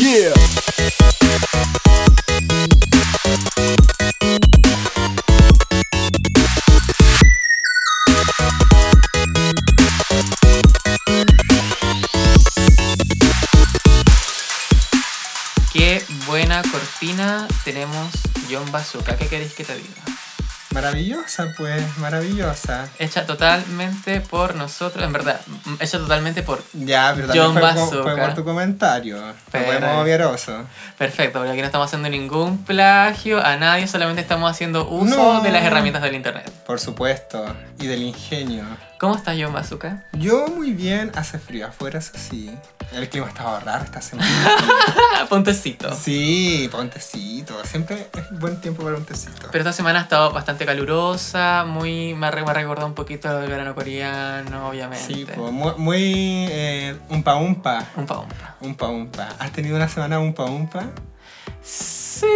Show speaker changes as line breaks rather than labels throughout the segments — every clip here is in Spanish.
Yeah.
Qué buena cortina tenemos, John Bazooka. ¿Qué queréis que te diga?
Maravillosa, pues, maravillosa.
Hecha totalmente por nosotros, en verdad, mm, hecha totalmente por...
Ya, pero
John
también fue, por- fue
Bazooka.
por tu comentario. No
Pero-
podemos obviar eso.
Perfecto, porque aquí no estamos haciendo ningún plagio a nadie, solamente estamos haciendo uso
No.
de las herramientas del Internet.
Por supuesto, y del ingenio.
¿Cómo estás, John Bazooka?
Yo muy bien, hace frío afuera, eso sí. El clima estaba raro esta semana.
Ah, fue un tecito.
sí, pon tecito. Siempre es buen tiempo para un tecito.
Pero esta semana ha estado bastante calurosa, muy me ha, re- me ha recordado un poquito el verano coreano, obviamente.
sí, pues, muy, muy eh, umpa umpa.
Un pa' un pa.
Umpa umpa. ¿Has tenido una semana umpa umpa?
Sí.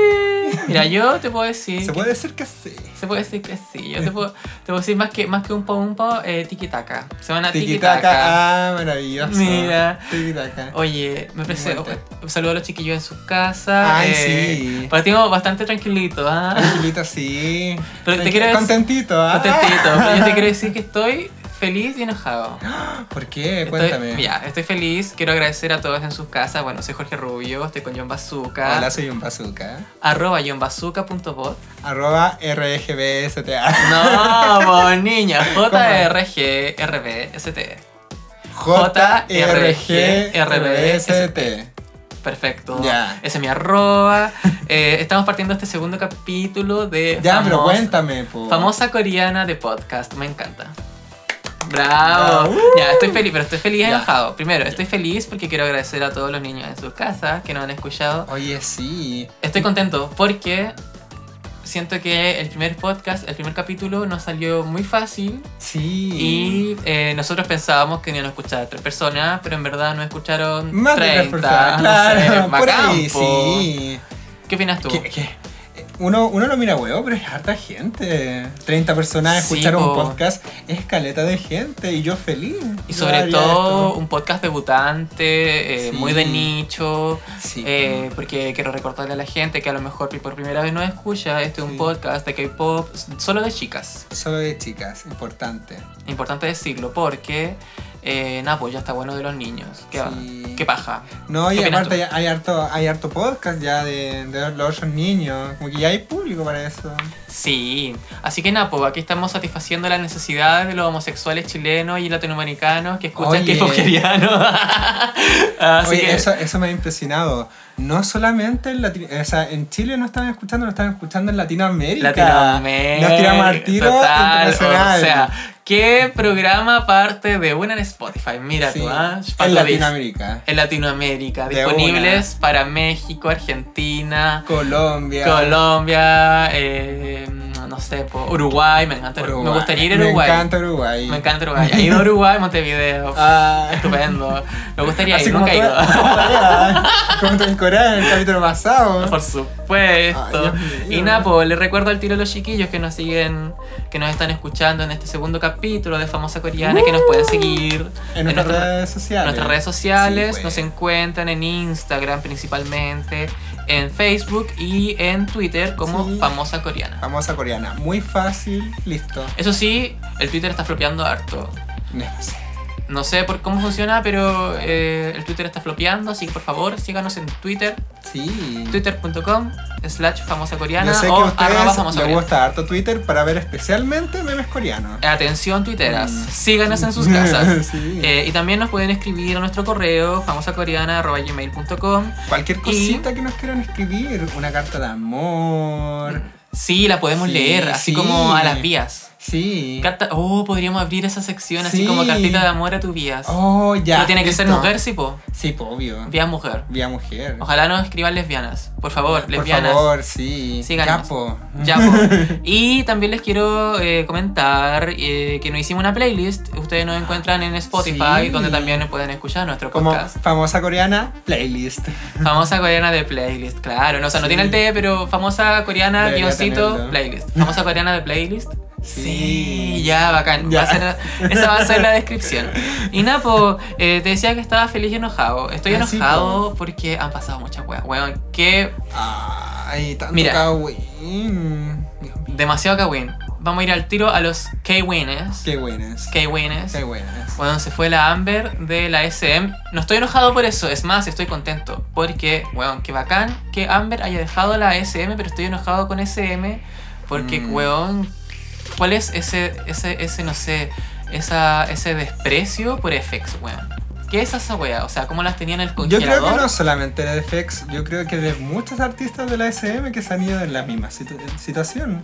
Mira, yo te puedo decir.
Se
que-
puede decir que sí.
se puede decir que sí. Yo te puedo, te puedo decir más que, más que un pa un pa, eh, tiquitaca. Semana tiquitaca.
Tiquitaca. Ah, maravilloso.
Mira.
Tiquitaca.
Oye, me presento.
Vuelta.
Saludo a los chiquillos en sus casas.
Ay,
eh,
sí.
Partimos bastante tranquilitos, ¿ah?
Tranquilito, sí.
Pero te
Tranqui-
quiero decir-
Contentito, ¿ah?
Contentito. Pero yo te quiero decir que estoy feliz y enojado.
¿Por qué?
Estoy-
Cuéntame.
ya, estoy feliz. Quiero agradecer a todos en sus casas. Bueno, soy Jorge Rubio, estoy con John Bazooka.
Hola, soy un bazooka.
Arroba johnbazooka.bot.
Arroba RGBSTA.
No, po, niña. E JRGRBST.
JRGRBST.
Perfecto.
Ya.
Ese es mi arroba. Eh, estamos partiendo este segundo capítulo de.
Ya,
famosa-
pero cuéntame, po.
Famosa coreana de podcast. Me encanta. Bravo.
Bravo.
Ya, estoy feliz, pero estoy feliz y
uh. Ya.
enojado. Primero, estoy feliz porque quiero agradecer a todos los niños en sus casas que nos han escuchado.
Oye, sí.
Estoy contento porque siento que el primer podcast, el primer capítulo nos salió muy fácil
Sí.
y eh, nosotros pensábamos que iban a escuchar tres personas, pero en verdad nos escucharon
Más de tres
30.
personas,
no sé,
claro. por
bacán,
ahí,
po.
sí.
¿Qué opinas tú?
Que- que- Uno, uno lo mira huevo, pero es harta gente. 30 personas
Sí,
escucharon
po.
un podcast, es caleta de gente y yo feliz.
Y
Yo
sobre
haría
todo
esto.
un podcast debutante, eh,
Sí.
muy de nicho,
Sí,
eh, porque quiero recordarle a la gente que a lo mejor por primera vez no escucha, este es un
Sí.
podcast de K-Pop solo de chicas.
Solo de chicas, importante.
Importante decirlo porque, eh, nada, pues ya está bueno de los niños. ¿Qué, va?
Sí.
¿Qué paja?
No, y
¿Qué opinas
aparte ya hay harto, hay harto podcast ya de, de los otros niños. Como que ya hay público para eso.
Sí, así que nada, pues aquí estamos satisfaciendo las necesidades de los homosexuales chilenos y latinoamericanos que escuchan
Oye.
que coreano. así
Oye, eh,
que
eso, eso me ha impresionado. No solamente en, Latino- o sea, en Chile no están escuchando, lo están escuchando en Latinoamérica.
Latinoamérica.
Nos tiramos al tiro
total,
internacional.
O sea, ¿qué programa parte de una en Spotify? Mira
Sí,
tú, ¿ah?
en
Pato Disc.
Latinoamérica.
En Latinoamérica,
De
disponibles para México, Argentina,
Colombia.
Colombia, eh, no sé, po, Uruguay, me encanta. Me
Uruguay.
gustaría ir a Uruguay.
Me encanta Uruguay.
Me encanta Uruguay. He ido a Uruguay, Montevideo.
Ah,
Estupendo. Me gustaría
así
ir,
como
nunca he
tú-
ido.
como Corea, como tú en Corea en el capítulo pasado.
Por supuesto.
Ay, Dios mío.
y nada, pues, les recuerdo al tiro a los chiquillos que nos siguen, que nos están escuchando en este segundo capítulo de Famosa Coreana, que nos pueden seguir
En nuestras
nuestra-
redes sociales.
en nuestras redes sociales.
Uh. Sí, pues.
Nos encuentran en Instagram principalmente, en Facebook y en Twitter como
Sí.
Famosa Coreana.
Famosa coreana. Muy fácil, listo.
Eso sí, el Twitter está flopeando harto.
No sé.
No sé por cómo funciona, pero eh, el Twitter está flopeando, así que por favor síganos en Twitter,
Sí.
twitter.com slash famosa coreana
Yo sé que
o
a
arroba
ustedes
famosa
les
coreana.
gusta harto Twitter para ver especialmente memes coreanos.
Atención tuiteras,
Mm.
síganos en sus casas.
Sí.
Eh, y también nos pueden escribir a nuestro correo famosacoreana.gmail.com
Cualquier cosita que nos quieran escribir, una carta de amor.
Mm. Sí, la podemos
Sí,
leer,
sí.
así como a las vías.
Sí.
Carta- oh, podríamos abrir esa sección así
Sí.
como cartita de amor a tu vías.
Oh, ya.
Pero tiene que ser
listo.
mujer, sí, po.
Sí, po, obvio.
Vía mujer.
Vía mujer.
Ojalá nos escriban lesbianas. Por favor, lesbianas.
Por favor, sí.
Síganos.
Capo.
Ya, po. y también les quiero eh, comentar eh, que nos hicimos una playlist. Ustedes nos encuentran en Spotify,
Ah, Sí.
donde también pueden escuchar nuestro
Como
podcast.
famosa coreana, playlist.
Famosa coreana de playlist, claro. No, o sea, no
Sí.
tiene el T, E, pero famosa coreana
Debería
guioncito
tenerlo.
playlist. Famosa coreana de playlist. Sí, ya, bacán. Va a ser- esa va a ser la descripción. Y Napo, eh, te decía que estaba feliz y enojado. Estoy
Ah, sí,
enojado porque han pasado muchas weas. Weón, qué
Ay, tanto
Mira.
Kawin. Dios mío.
demasiado K-Win. Vamos a ir al tiro a los K-Winners.
Qué buenas.
K-Winners.
Qué buenas.
Bueno, se fue la Amber de la SM. No estoy enojado por eso, es más, estoy contento. Porque, weón, qué bacán que Amber haya dejado la SM, pero estoy enojado con SM. Porque,
Mm.
weón, ¿cuál es ese, ese, ese no sé, esa, ese desprecio por FX, weón? ¿Qué es esa wea? O sea, ¿cómo las tenían en el
Yo creo
congelador?
que no solamente de FX, yo creo que de muchos artistas de la SM que se han ido en la misma situ- situación.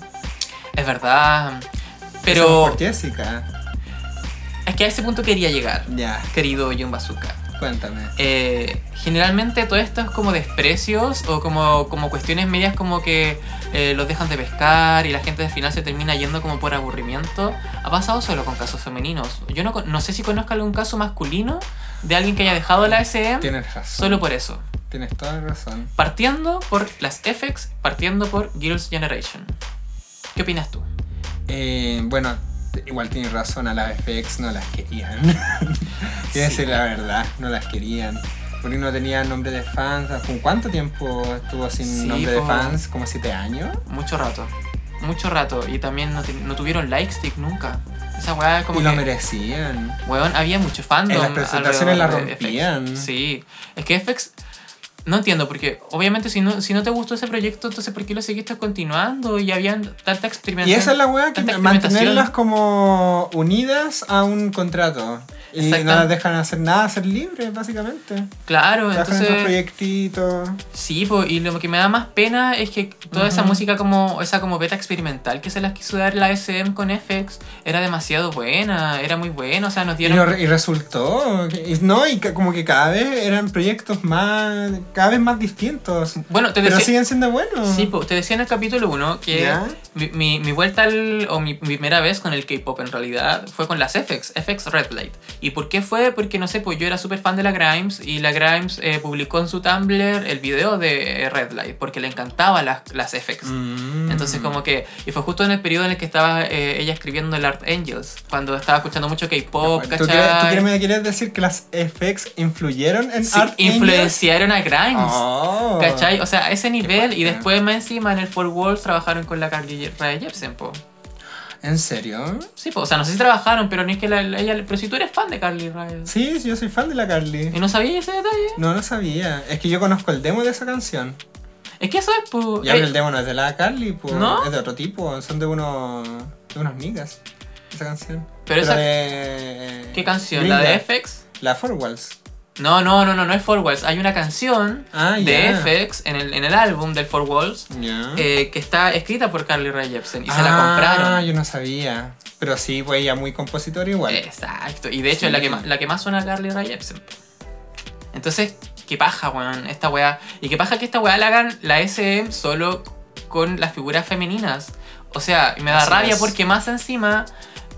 Es verdad.
Empezamos
Pero
Por Jessica.
es que a ese punto quería llegar,
Ya,
querido John Bazooka.
cuéntame.
eh, generalmente todo esto es como desprecios o como, como cuestiones medias como que eh, los dejan de pescar y la gente al final se termina yendo como por aburrimiento. Ha pasado solo con casos femeninos. Yo no, con- no sé si conozco algún caso masculino de alguien que haya dejado la SM
Tienes razón.
solo por eso.
Tienes toda la razón.
Partiendo por las FX, partiendo por Girls' Generation. ¿Qué opinas tú?
Eh, bueno, igual tienes razón, a las FX no las querían. Quiero
Sí.
decir la verdad, no las querían. Porque no tenía nombre de fans. ¿Con cuánto tiempo estuvo sin
Sí,
nombre
po.
de fans? ¿Como siete años?
Mucho rato. Mucho rato. Y también no, te- no tuvieron likestick nunca. Esa weá como
y
que...
lo merecían.
Weón, había mucho fandom.
En las presentaciones la
alrededor de FX.
rompían.
Sí. Es que FX. No entiendo, porque obviamente si no, si no te gustó ese proyecto, entonces ¿por qué lo seguiste continuando? Y habían tanta experimentación.
Y esa es la weá que
tanta
mantenerlas
experimentación.
como unidas a un contrato. Y no
Exacto.
las dejan hacer nada, ser libres, básicamente. Trabajan
Claro,
en esos
entonces.
proyectitos.
Sí, po, y lo que me da más pena es que toda esa
Ujú.
música, como esa como beta experimental que se las quiso dar la SM con FX, era demasiado buena, era muy buena. O sea, nos
Y,
dieron.
lo- y resultó. Y, no, y ca- como que cada vez eran proyectos más. cada vez más distintos.
Bueno, te
Pero
decía.
siguen siendo buenos.
Sí, pues te decía en el capítulo 1 que
¿Ya?
mi, mi- mi vuelta al, o mi, mi primera vez con el K-pop en realidad fue con las FX, FX Red Light. ¿Y por qué fue? Porque no sé, pues yo era súper fan de la Grimes y la Grimes eh, publicó en su Tumblr el video de eh, Red Light porque le encantaban las, las FX.
Mm.
Entonces como que, y fue justo en el periodo en el que estaba eh, ella escribiendo el Art Angels, cuando estaba escuchando mucho K-pop,
¿Tú,
oh, ¿cachai?
crees- tú crees- me quieres decir que las FX influyeron en
Sí,
Art Angel?
influenciaron a Grimes.
Oh.
¿Cachai? O sea, a ese nivel y
fuerte.
después más encima en el Four Walls trabajaron con la Carly Rae Jepsen, po.
¿En serio?
Sí, po. O sea, no sé si trabajaron, pero no es que la, la- ella... Pero si tú eres fan de Carly Rae.
Sí, yo soy fan de la Carly.
¿Y no sabía ese detalle?
No, no sabía. Es que yo conozco el demo de esa canción.
Es que eso es, po.
Ya, pero
Eh,
el demo no es de la Carly, pues.
¿No?
Es de otro tipo. Son de unos. de unos niggas. Esa canción.
Pero esa-
de-
¿Qué canción?
Gringa.
¿La de FX?
La Four Walls.
No, no, no, no, no es Four Walls. Hay una canción
Ah,
de
ya.
FX en el, en el álbum del Four Walls
Ya.
eh, que está escrita por Carly Rae Jepsen y se la
Ah,
compraron.
yo no sabía. Pero sí, pues ella muy compositora igual.
Eh, Exacto. Y de hecho
Sí.
es la que, más, la que más suena a Carly Rae Jepsen. Entonces, qué paja, weón, esta weá. Y qué paja que esta weá la hagan la SM solo con las figuras femeninas. O sea, y me da
Así
rabia
es.
porque más encima,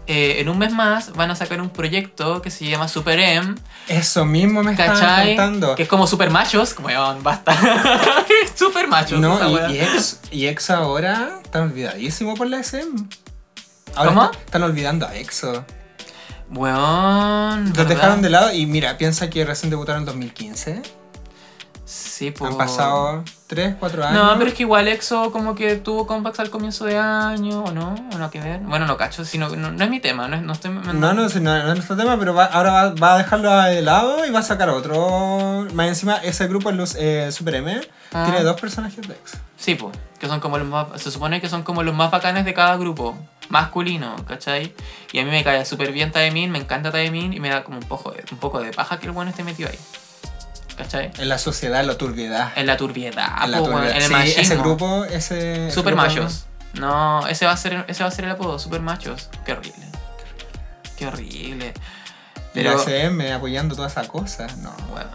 eh, en un mes más, van a sacar un proyecto que se llama Super M,
Eso mismo me estaban
¿cachai?
contando.
Que es como Super Machos. Weón, basta. super Machos. esa
No,
weá.
y, y ex, y ex ahora están olvidadísimo por la SM.
¿Cómo?
está- Están olvidando a EXO.
Weón.
Los
¿verdad?
dejaron de lado y mira, piensa que recién debutaron en 2015.
Sí, pues.
Han pasado 3, 4 años.
No, pero es que igual EXO como que tuvo comebacks al comienzo de año, ¿o no? ¿O no hay que ver? Bueno, no cacho, sino, no, no es mi tema, no, es- no estoy...
No, no, sí, no, no es nuestro tema, pero va- ahora va, va a dejarlo de lado y va a sacar otro. Más encima, ese grupo, los eh, Super M,
Ah.
tiene dos personajes de EXO.
Sí, pues, que son como los más... Se supone que son como los más bacanes de cada grupo, masculino, ¿cachai? Y a mí me cae súper bien Taemin, me encanta Taemin y me da como un poco, de, un poco de paja que el bueno esté metido ahí, ¿cachai?
En la sociedad, en la turbiedad.
En la turbiedad,
en la
Ah, po, weón,
turbiedad.
en el
Sí,
machismo.
ese grupo, ese.
Super
grupo-
machos. No, ese va a ser, ese va a ser el apodo, super machos. Qué horrible. Qué horrible.
Pero la SM apoyando toda esa cosa, no.
Bueno.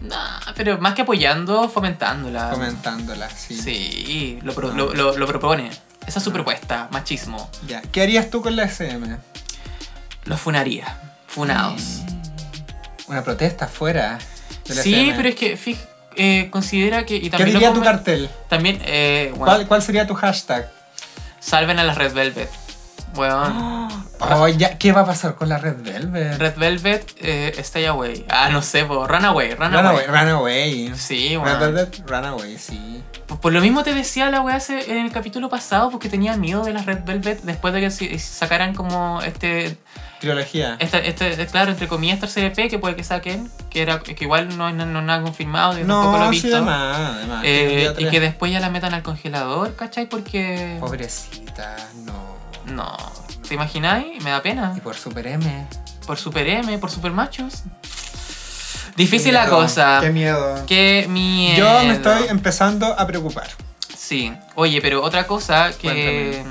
No, pero más que apoyando, fomentándola.
Comentándola, sí.
Ah. Sí, lo, pro- lo- lo- lo propone. Esa es su propuesta, machismo.
Ya. ¿Qué harías tú con la SM?
Los funaría. Funados.
Una protesta fuera. de la
Sí,
SM.
pero es que fij- eh, considera que. Y
¿Qué
también lo
diría tu
comen-
cartel?
También, eh, bueno,
¿Cuál, cuál sería tu hashtag?
salven a las Red Velvet. Weón.
Oh, ya, ¿Qué va a pasar con la Red Velvet?
Red Velvet, eh, Stay Away. Ah, no sé, po. Runaway,
Runaway.
Runaway.
Runaway.
Sí,
Red
weón.
Velvet, Runaway, sí.
Por, por lo mismo te decía la weá hace- en el capítulo pasado, porque tenía miedo de las Red Velvet después de que si- sacaran como este,
Trilogía.
este, este- claro, entre comillas, tercer EP que puede que saquen, que era que igual no es no, no es nada confirmado, yo tampoco lo he
No, sí,
visto.
además, además.
Eh,
que un día
y que
atrás-
después ya la metan al congelador, ¿cachai? Porque.
Pobrecita, no.
No. ¿Te imagináis? Me da pena.
Y por Super M.
Por Super M, por Super Machos. Difícil la
Miedo,
cosa.
Qué miedo.
Qué miedo.
Yo me estoy empezando a preocupar.
Sí. Oye, pero otra cosa que.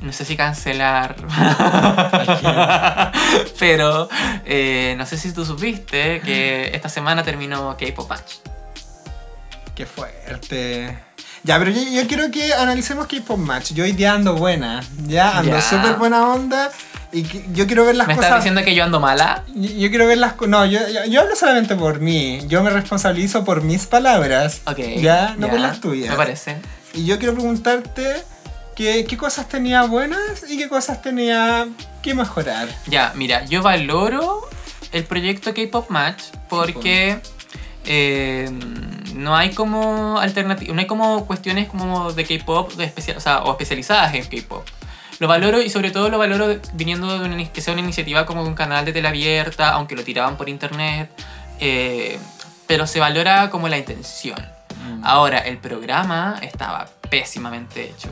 No sé si cancelar. pero eh, no sé si tú supiste que esta semana terminó K-Pop Patch.
Qué fuerte. Ya, pero yo, yo quiero que analicemos K-Pop Match. Yo hoy día ando buena. Ya, ando
Ya.
súper buena onda. Y que- yo quiero ver las
¿Me
cosas.
estás diciendo que yo ando mala?
Yo yo quiero ver las co- No, yo, yo, yo hablo solamente por mí. Yo me responsabilizo por mis palabras.
Ok.
Ya, no por las tuyas.
Me parece.
Y yo quiero preguntarte que- qué cosas tenía buenas y qué cosas tenía que mejorar.
Ya, mira, yo valoro el proyecto K-Pop Match porque eh, no hay como alternativa, no hay como cuestiones como de K-Pop de especia- o, sea, o especializadas en K-Pop. Lo valoro y sobre todo lo valoro de- viniendo de una, ini- que sea una iniciativa como de un canal de tela abierta, aunque lo tiraban por internet, eh, pero se valora como la intención. Ahora, el programa estaba pésimamente hecho.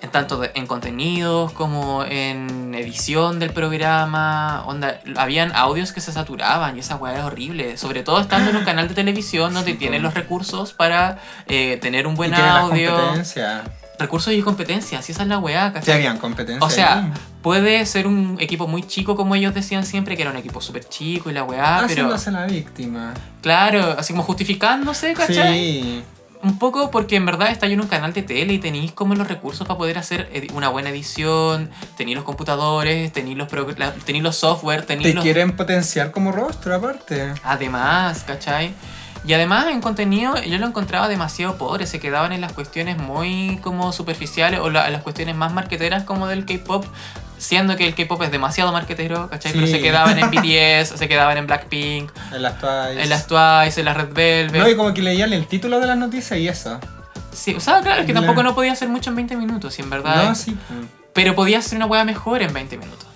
En tanto de- en contenidos como en edición del programa. Onda, habían audios que se saturaban y esa weá es horrible. Sobre todo estando en un canal de televisión donde
Sí,
tienen
po.
los recursos para eh, tener un buen
y tiene
audio.
las competencias.
Recursos y competencias, y esa es la weá,
Sí,
¿cachai?
habían competencias.
O sea,
ahí.
Puede ser un equipo muy chico, como ellos decían siempre, que era un equipo súper chico y la weá, Ah, pero.
haciéndose la víctima.
Claro, así como justificándose, ¿cachai?
Sí.
Un poco porque en verdad estáis en un canal de tele y tenéis como los recursos para poder hacer edi- una buena edición, tenéis los computadores, tenéis los, prog- la- tenéis los software, tenéis
Te
los...
quieren potenciar como rostro aparte.
Además, ¿cachai? Y además en contenido yo lo encontraba demasiado pobre, se quedaban en las cuestiones muy como superficiales o la- en las cuestiones más marqueteras como del K-Pop, siendo que el K-Pop es demasiado marquetero, ¿cachai? Pero
Sí.
se quedaban en BTS, se quedaban en Blackpink,
En las toallas.
en las Twice, en las Red Velvet.
No, y como que leían el título de las noticias y eso.
Sí, o sea, claro, es que
Claro.
tampoco no podía hacer mucho en 20 minutos, y en verdad...
No, sí. pues,
Pero podía hacer una hueá mejor en 20 minutos.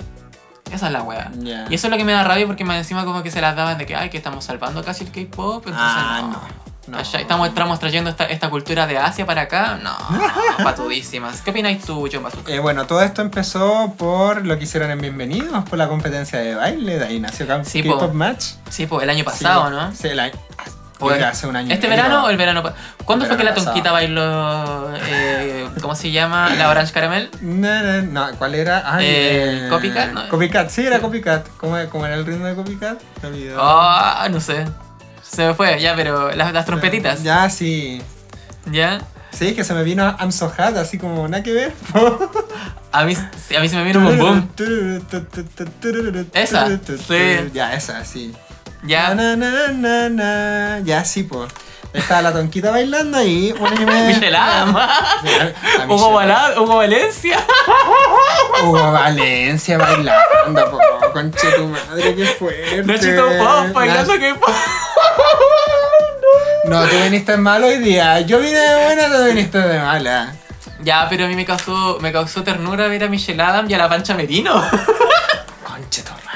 Esa es la hueá.
Ya.
Ah, Y eso es lo que me da rabia porque más encima como que se las daban de que, ay, que estamos salvando casi el K-Pop. Entonces,
Ah,
no.
no. no.
¿Cachai? Estamos, estamos trayendo esta, esta cultura de Asia para acá. No, patudísimas. ¿Qué opináis tú, John Bazooka?
Eh, bueno, todo esto empezó por lo que hicieron en Bienvenidos, por la competencia de baile, de ahí nació Camp
Sí,
K-Pop
po.
Match.
Sí, pues el año pasado,
Sí,
¿no?
Sí, el año.
O
Mira,
el-
hace un año. y
¿Este
medio.
verano o el verano pasado? ¿Cuándo
El
fue que la
verano
Tonquita
pasado.
bailó, eh, ¿cómo se llama? La Orange Caramel.
No, no, no, ¿cuál era? Ay,
Eh, ¿Copycat? No.
Copycat, sí, era
Sí.
Copycat. ¿Cómo, cómo era el ritmo de Copycat? Me olvidé.
Ah, no sé. Se me fue, ya, pero las, las trompetitas.
Ya, sí.
¿Ya?
Sí, es que se me vino I'm so hot, así como nada que ver.
A mí, a mí se me vino un boom. Esa, sí.
Ya, esa, sí.
Ya.
Na, na, na, na. Ya, sí, po. Estaba la tonquita bailando ahí. Una y media.
Michelle Adam.
A- a Michelle
Hugo,
Adam.
Bala- Hugo Valencia.
Hugo Valencia bailando, po. Conche tu madre, qué fuerte.
Nachito Pop bailando que
No, tú viniste malo hoy día. Yo vine de buena, tú viniste de mala.
Ya, pero a mí me causó, me causó ternura ver a Michelle Adam y a la Pancha Merino.
Conche tu madre.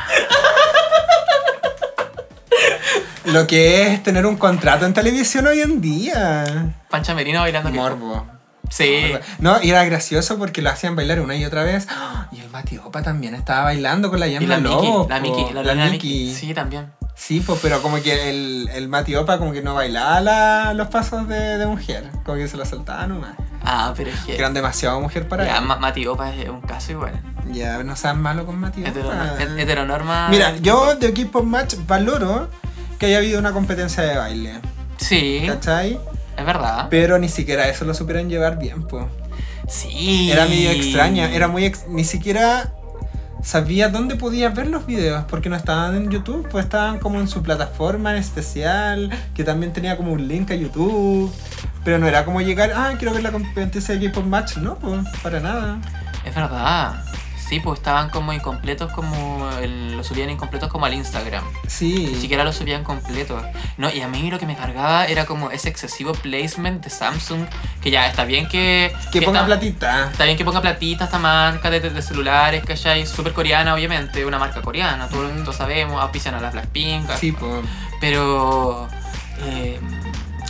Lo que es tener un contrato en televisión hoy en día.
Pancha Merino bailando que
Morbo.
Sí.
No, y era gracioso porque lo hacían bailar una y otra vez. Y el Matiopa también estaba bailando con la
Y
llama
la Miki,
Lobo. po.
la Miki, la,
La
Lola
Miki.
Miki. Sí, también.
Sí, pues, pero como que el, el Matiopa como que no bailaba la- los pasos de, de mujer. Como que se lo saltaba nomás.
Ah, pero es
Que
que.
eran demasiado mujer para
Ya,
él.
Ma- Mati Opa es un caso igual.
Ya, no seas malo con Matiopa.
Heteronorma. het- heteronorma-
Mira, yo de equipo match valoro que haya habido una competencia de baile.
Sí,
¿Cachai?
es verdad.
Pero ni siquiera eso lo supieron llevar bien, pues.
Sí.
Era medio extraña, era muy ex- ni siquiera sabía dónde podías ver los videos porque no estaban en YouTube, pues estaban como en su plataforma en especial, que también tenía como un link a YouTube, pero no era como llegar, ah, quiero ver la competencia de K-pop Match, no, pues para nada.
Es verdad. Sí, pues estaban como incompletos, como el- lo subían incompletos como al Instagram.
Sí.
Ni siquiera lo subían completo. No, y a mí lo que me cargaba era como ese excesivo placement de Samsung, que ya está bien que...
que ponga
está-
platita.
Está bien que ponga platita esta marca de, de- de celulares, ¿cachai? Súper coreana, obviamente, una marca coreana, todos, todos sabemos, auspician a las Blackpink,
Sí, pues.
pero eh,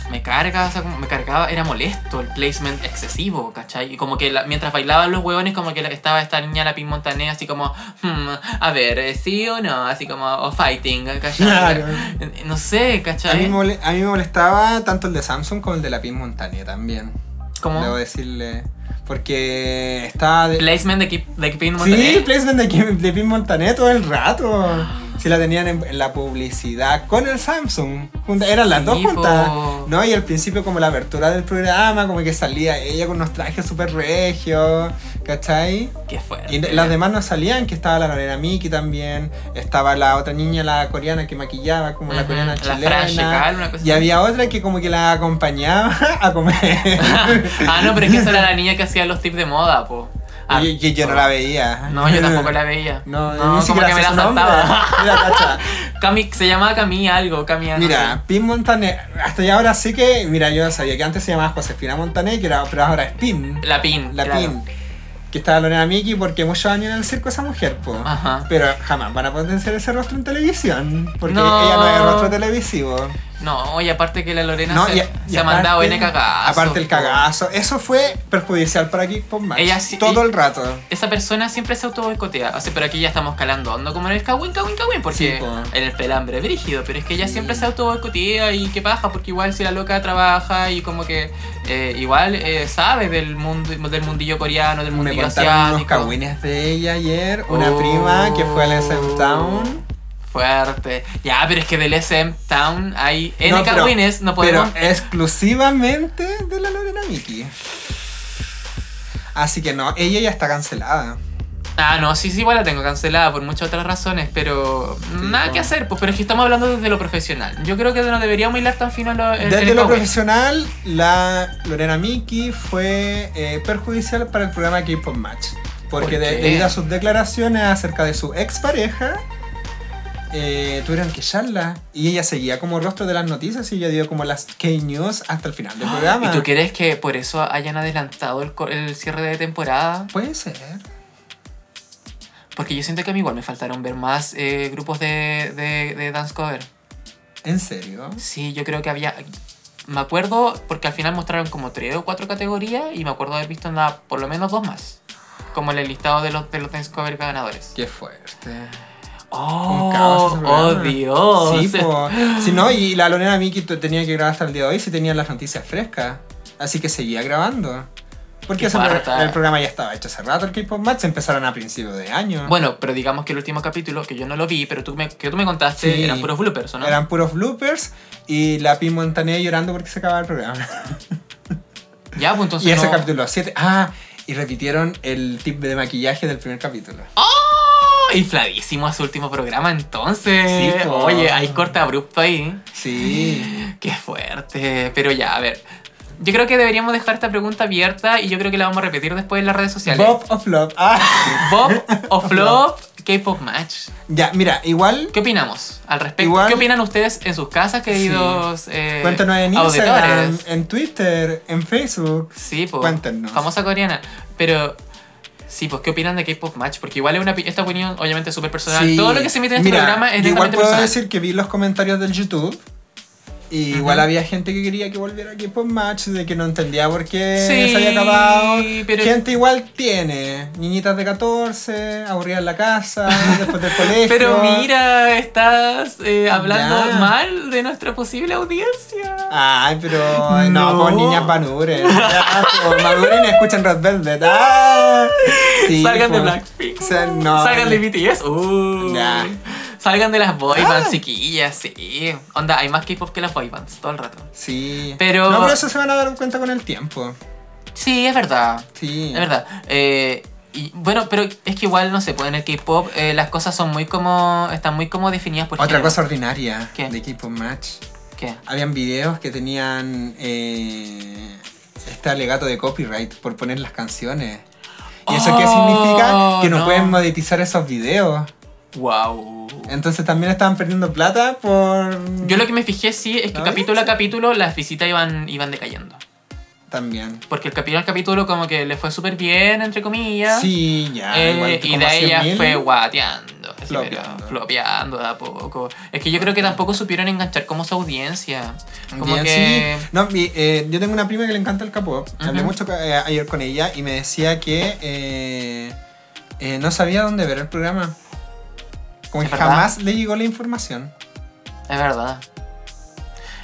me carga, o sea, como me cargaba, era molesto el placement excesivo, ¿cachai? Y como que la- mientras bailaban los huevones, como que la- estaba esta niña, la Pink Montané, así como, "Hmm, a ver, eh, sí o no, así como, o fighting, ¿cachai?
Claro.
No
A
sé,
mí,
¿cachai?
me mole- a mí me molestaba tanto el de Samsung como el de la Pin Montané también.
Como
Debo decirle. Porque estaba. De...
placement de, Ki- de Pink Montané.
Sí, placement de, Kim- de Pin Montané todo el rato. Si la tenían en, en la publicidad con el Samsung. Junta- Eran las
Sí,
dos juntas.
po.
¿No? Y al principio, como la apertura del programa, como que salía ella con unos trajes súper regios. ¿Cachai?
Qué fuerte.
Y las demás no salían, que estaba la Lorena Miki también, estaba la otra niña, la coreana que maquillaba, como la
Ujú,
coreana
la
chilena.
Fran Shekhar, una cosa
y había otra que como que la acompañaba a comer.
ah, no, pero es que esa era la niña que hacía los tips de moda, po. Ah,
y, y yo no la veía.
No, yo tampoco la veía.
No,
no
ni
como
siquiera
que me
sé
la
su nombre.
saltaba.
Mira, cacha.
Cami, se llamaba Cami algo, Cami algo.
Mira, Pin Montané, hasta ya ahora sí que, mira, yo sabía que antes se llamaba Josefina Montané, que era, pero ahora es Pin.
La Pin.
La
claro.
Pin. Que estaba Lorena Miki porque muchos años en el circo esa mujer, pues.
Ajá.
Pero jamás van a potenciar ese rostro en televisión. Porque
No.
ella no es rostro televisivo.
No, oye, aparte que la Lorena
No,
se,
y-
se
y
ha mandado
aparte-
N cagazo.
Aparte el
po.
cagazo. Eso fue perjudicial para Kickpop Match.
Ella sí-
todo
y-
el rato.
Esa persona siempre se auto boicotea. O sea, pero aquí ya estamos calando hondo como en el cagüín, cagüín, cagüín.
Sí,
Porque
po.
en el pelambre, brígido. Pero es que ella
Sí.
siempre se auto boicotea y qué paja. Porque igual si la loca trabaja y como que eh, igual eh, sabe del mundo del mundillo coreano, del
Me
mundillo
contaron unos
asiático.
cagüines de ella ayer. Una
Oh.
prima que fue al SM Town.
Fuerte. Ya, pero es que del SM Town hay N
No, pero-
cagüines, no
Pero
podemos.
exclusivamente de la Lorena Miki. Así que no, ella ya está cancelada.
Ah, no, sí, sí, igual la tengo cancelada por muchas otras razones, pero nada
po.
que hacer, pues, pero es que estamos hablando desde lo profesional. Yo creo que no deberíamos hilar tan fino lo, el,
Desde
el
lo
cowboy.
profesional, la Lorena Miki fue eh, perjudicial para el programa K-Pop Match. Porque
¿Por
de-
qué?
debido a sus declaraciones acerca de su expareja, eh, tuvieron que echarla. Y ella seguía como rostro de las noticias y ella dio como las K-News hasta el final del programa.
Ah, ¿Y tú crees que por eso hayan adelantado el, co- el cierre de temporada?
Puede ser.
Porque yo siento que a mí igual me faltaron ver más eh, grupos de, de, de dance cover.
¿En serio?
Sí, yo creo que había. Me acuerdo porque al final mostraron como tres o cuatro categorías y me acuerdo haber visto nada, por lo menos dos más. Como en el listado de los, de los Dance Cover ganadores.
Qué fuerte. Un caos
¡Oh!
ese
¡Oh,
programa.
Dios!
Sí, po. Si no, y la Lorena Miki t- tenía que grabar hasta el día de hoy si tenían las noticias frescas. Así que seguía grabando. Porque
Qué
ese pro-
farta.
el programa ya estaba hecho hace rato, el K-Pop Match empezaron a principios de año.
Bueno, pero digamos que el último capítulo, que yo no lo vi, pero tú me, que tú me contaste,
Sí.
eran puros bloopers, ¿o ¿no?
Eran puros bloopers y la Pim Montané llorando porque se acababa el programa.
Ya, pues entonces
y ese
no-
capítulo 7. Ah, y repitieron el tip de maquillaje del primer capítulo.
¡Oh! Infladísimo a su último programa, entonces.
Sí, po.
Oye, hay corte abrupto ahí.
Sí.
Qué fuerte. Pero ya, a ver. Yo creo que deberíamos dejar esta pregunta abierta y yo creo que la vamos a repetir después en las redes sociales.
Bob of Love. Ah.
Bob o Flop K-Pop Match.
Ya, mira, igual
¿Qué opinamos al respecto?
Igual-
¿Qué opinan ustedes en sus casas, queridos eh,
cuéntanos en Instagram,
auditores?
en Twitter, en Facebook.
Sí, pues.
Cuéntenos.
Famosa coreana. Pero. Sí, pues, ¿qué opinan de K-Pop Match? Porque igual es una, opi- esta opinión, obviamente, es súper personal.
Sí.
Todo lo que se emite en este
Mira,
programa es
yo Igual
netamente
puedo
personal.
decir que vi los comentarios del YouTube. Y
Ujú.
igual había gente que quería que volviera aquí por match, de que no entendía por qué
Sí,
se había acabado.
pero-
Gente igual tiene, niñitas de 14, aburridas en la casa, después del colegio.
Pero mira, estás eh, hablando
Ya.
mal de nuestra posible audiencia.
Ay, pero eh, no,
No.
pues niñas maduren. Ya, pues, maduren y escuchen Red Velvet. Ah, sí,
Salgan de
pues.
Blackpink.
O sea, no.
Salgan de BTS. Uh.
Ya.
Salgan de las boy
Ah.
bands, chiquillas, sí. Onda, hay más K-pop que las boy bands todo el rato.
Sí.
Pero-
No, pero eso se van a dar cuenta con el tiempo.
Sí, es verdad.
Sí.
Es verdad. Eh, y, bueno, pero es que igual, no sé, pues en el K-pop eh, las cosas son muy como. están muy como definidas por
Otra
género.
cosa ordinaria
¿Qué?
de K-Pop Match.
¿Qué?
Habían videos que tenían eh, este alegato de copyright por poner las canciones. ¿Y eso qué significa? Que no,
Oh, no.
pueden monetizar esos videos.
Wow.
Entonces también estaban perdiendo plata por...
Yo lo que me fijé sí es que
Ah,
capítulo a
bien.
capítulo las visitas iban, iban decayendo.
También.
Porque el capítulo al capítulo como que le fue súper bien, entre comillas.
Sí, ya.
Eh,
igual,
y
como
de ella
100.000.
fue guateando. así, pero
Flopeando.
flopeando de a poco. Es que yo creo que tampoco supieron enganchar como su audiencia. Como
Bien,
que.
sí. No, mi- eh, yo tengo una prima que le encanta el K-pop. Hablé
Ujú.
mucho eh, ayer con ella y me decía que eh, eh, no sabía dónde ver el programa. Como
¿Es
que
verdad?
jamás le llegó la información.
Es verdad.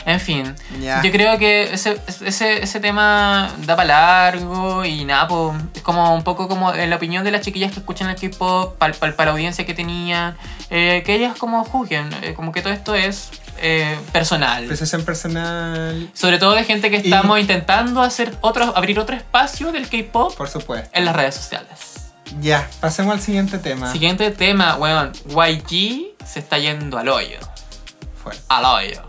En fin.
Ya.
Yo creo que ese, ese, ese tema da para largo y nada, po, es como un poco como en la opinión de las chiquillas que escuchan el K-pop, para la audiencia que tenían, eh, que ellas como juzguen, eh, como que todo esto es eh, personal.
Apreciación personal,
Sobre todo de gente que
Y-
estamos intentando hacer otro, abrir otro espacio del K-pop
por supuesto.
en las redes sociales.
Ya, pasemos al siguiente tema.
Siguiente tema, weón, YG se está yendo al hoyo.
Fuerte.
al hoyo.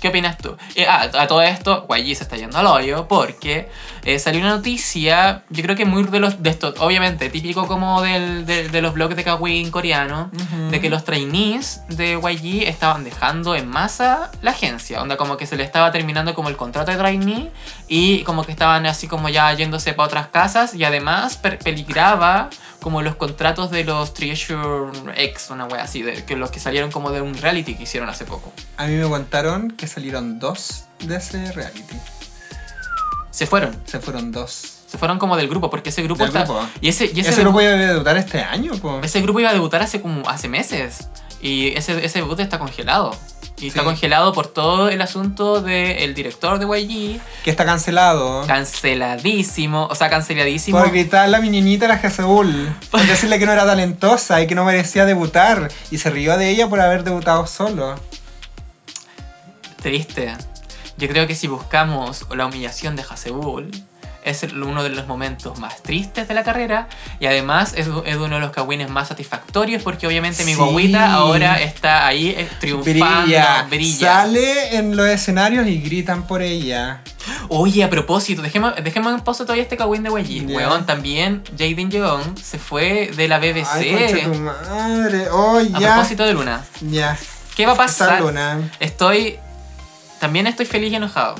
¿Qué opinas tú? Eh, ah, a todo esto, YG se está yendo al hoyo porque eh, salió una noticia, yo creo que muy de los de estos, obviamente, típico como del, de, de los blogs de Kawin coreano, de que los trainees de YG estaban dejando en masa la agencia, onda como que se le estaba terminando como el contrato de trainee y como que estaban así como ya yéndose para otras casas y además per- peligraba como los contratos de los Treasure X, una wea así, de, que los que salieron como de un reality que hicieron hace poco.
A mí me contaron que salieron dos de ese reality.
Se fueron,
Se fueron dos.
se fueron como del grupo porque ese grupo
Del
está-
grupo.
y ese y
Y
ese,
ese, grupo iba a debutar este año, po.
ese grupo iba a debutar hace como hace meses y ese ese debut está congelado. Y está
Sí.
congelado por todo el asunto del director de YG,
Que está cancelado.
canceladísimo, o sea, canceladísimo.
Por gritar la niñita a la Jezebul. Por decirle que no era talentosa y que no merecía debutar. Y se rió de ella por haber debutado solo.
Triste. Yo creo que si buscamos la humillación de Hasebul, es el- uno de los momentos más tristes de la carrera y además es, es uno de los kawines más satisfactorios porque obviamente mi
Sí.
guaguita ahora está ahí eh, triunfando, brilla.
Sale en los escenarios y gritan por ella.
Oye, a propósito, dejemos, dejemos en pausa todavía este kawin de Weiji.
Ya.
Weón, también Jaden Young se fue de la BBC.
Ay, concha tu madre. Oh,
a
ya.
propósito de Luna.
Ya.
¿Qué va a
Esa
pasar?
luna.
Estoy. También estoy feliz y enojado.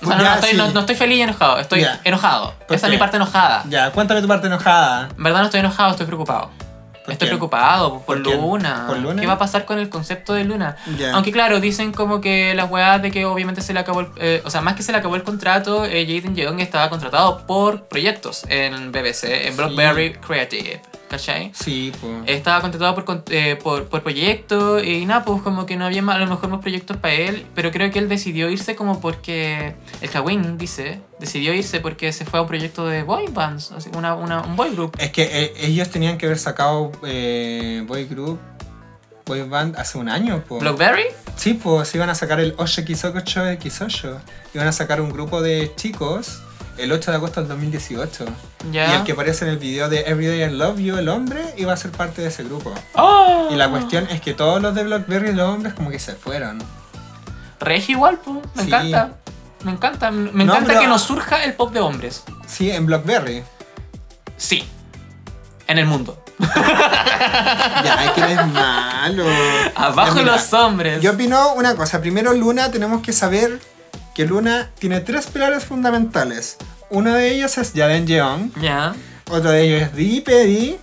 O sea, no,
Ya,
no, estoy,
sí.
no- no estoy feliz y enojado, estoy
Ya.
enojado.
¿Por
Esa es
qué?
mi parte enojada.
Ya, cuéntame tu parte enojada.
En verdad no estoy enojado, estoy preocupado.
¿Por
Estoy
quién?
preocupado por,
¿Por quién?
Luna.
¿Por Luna?
¿Qué va a pasar con el concepto de Luna?
Ya.
Aunque claro, dicen como que las weas de que obviamente se le acabó el, eh, O sea, más que se le acabó el contrato, eh, Jaden Young estaba contratado por proyectos en BBC, en Blockberry Creative. ¿Cachai?
Sí, pues.
Estaba contratado por, con- eh, por, por proyecto y nada, pues como que no había más- a lo mejor más proyectos para él, pero creo que él decidió irse como porque, el Kawin dice, decidió irse porque se fue a un proyecto de boy bands, así, una, una- un boy group.
Es que eh, ellos tenían que haber sacado eh, Boy Group, Boy Band hace un año, po.
¿Blockberry?
Sí, pues iban a sacar el Oshe Kisoko Choe Kisosho. Iban a sacar un grupo de chicos el 8 de agosto del 2018. Y
Ya.
el que aparece en el video de Everyday I Love You, el hombre, iba a ser parte de ese grupo.
¡Oh!
Y la cuestión es que todos los de Blackberry, los hombres, como que se fueron.
Regi igual, pues, me
Sí.
encanta. Me encanta, me
No,
encanta
pero-
que nos surja el pop de hombres.
Sí, en Blackberry.
Sí. En el mundo.
Ya, es que eres malo.
Abajo
Ya, mira,
los hombres.
Yo opino una cosa. Primero, Luna, tenemos que saber que Luna tiene tres pilares fundamentales. Uno de ellos es Yaden Jeong,
Ya.
otro de ellos es DPD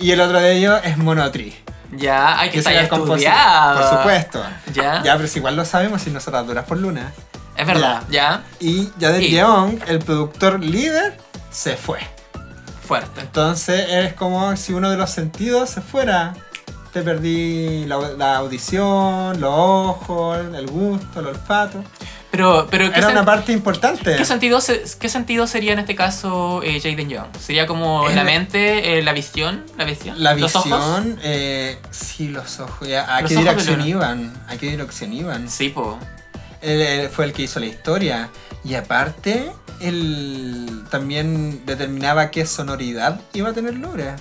y el otro de ellos es Monotri.
Ya, hay que
Yo soy
estar
el compositor,
estudiado. Ah.
Por supuesto.
Ya.
Ya, pero si igual lo sabemos si nosotras duras por Luna.
Es verdad, ya.
Y ya del
Y-
Yeon, el productor líder, se fue.
Fuerte.
Entonces es como si uno de los sentidos se fuera. Te perdí la, la audición, los ojos, el gusto, el olfato.
Pero, pero ¿qué,
Era
sen-
una parte importante.
qué sentido, se- qué sentido sería en este caso eh, Jaden Young? ¿Sería como
Eh,
la mente, eh, la visión? ¿La visión?
La
¿Los ojos?
visión, eh, sí, los ojos. ya, ¿A
Los
qué
ojos de
dirección
Luna.
iban? ¿A qué dirección iban?
Sí, po.
Él, él fue el que hizo la historia. Y aparte, él también determinaba qué sonoridad iba a tener Lura.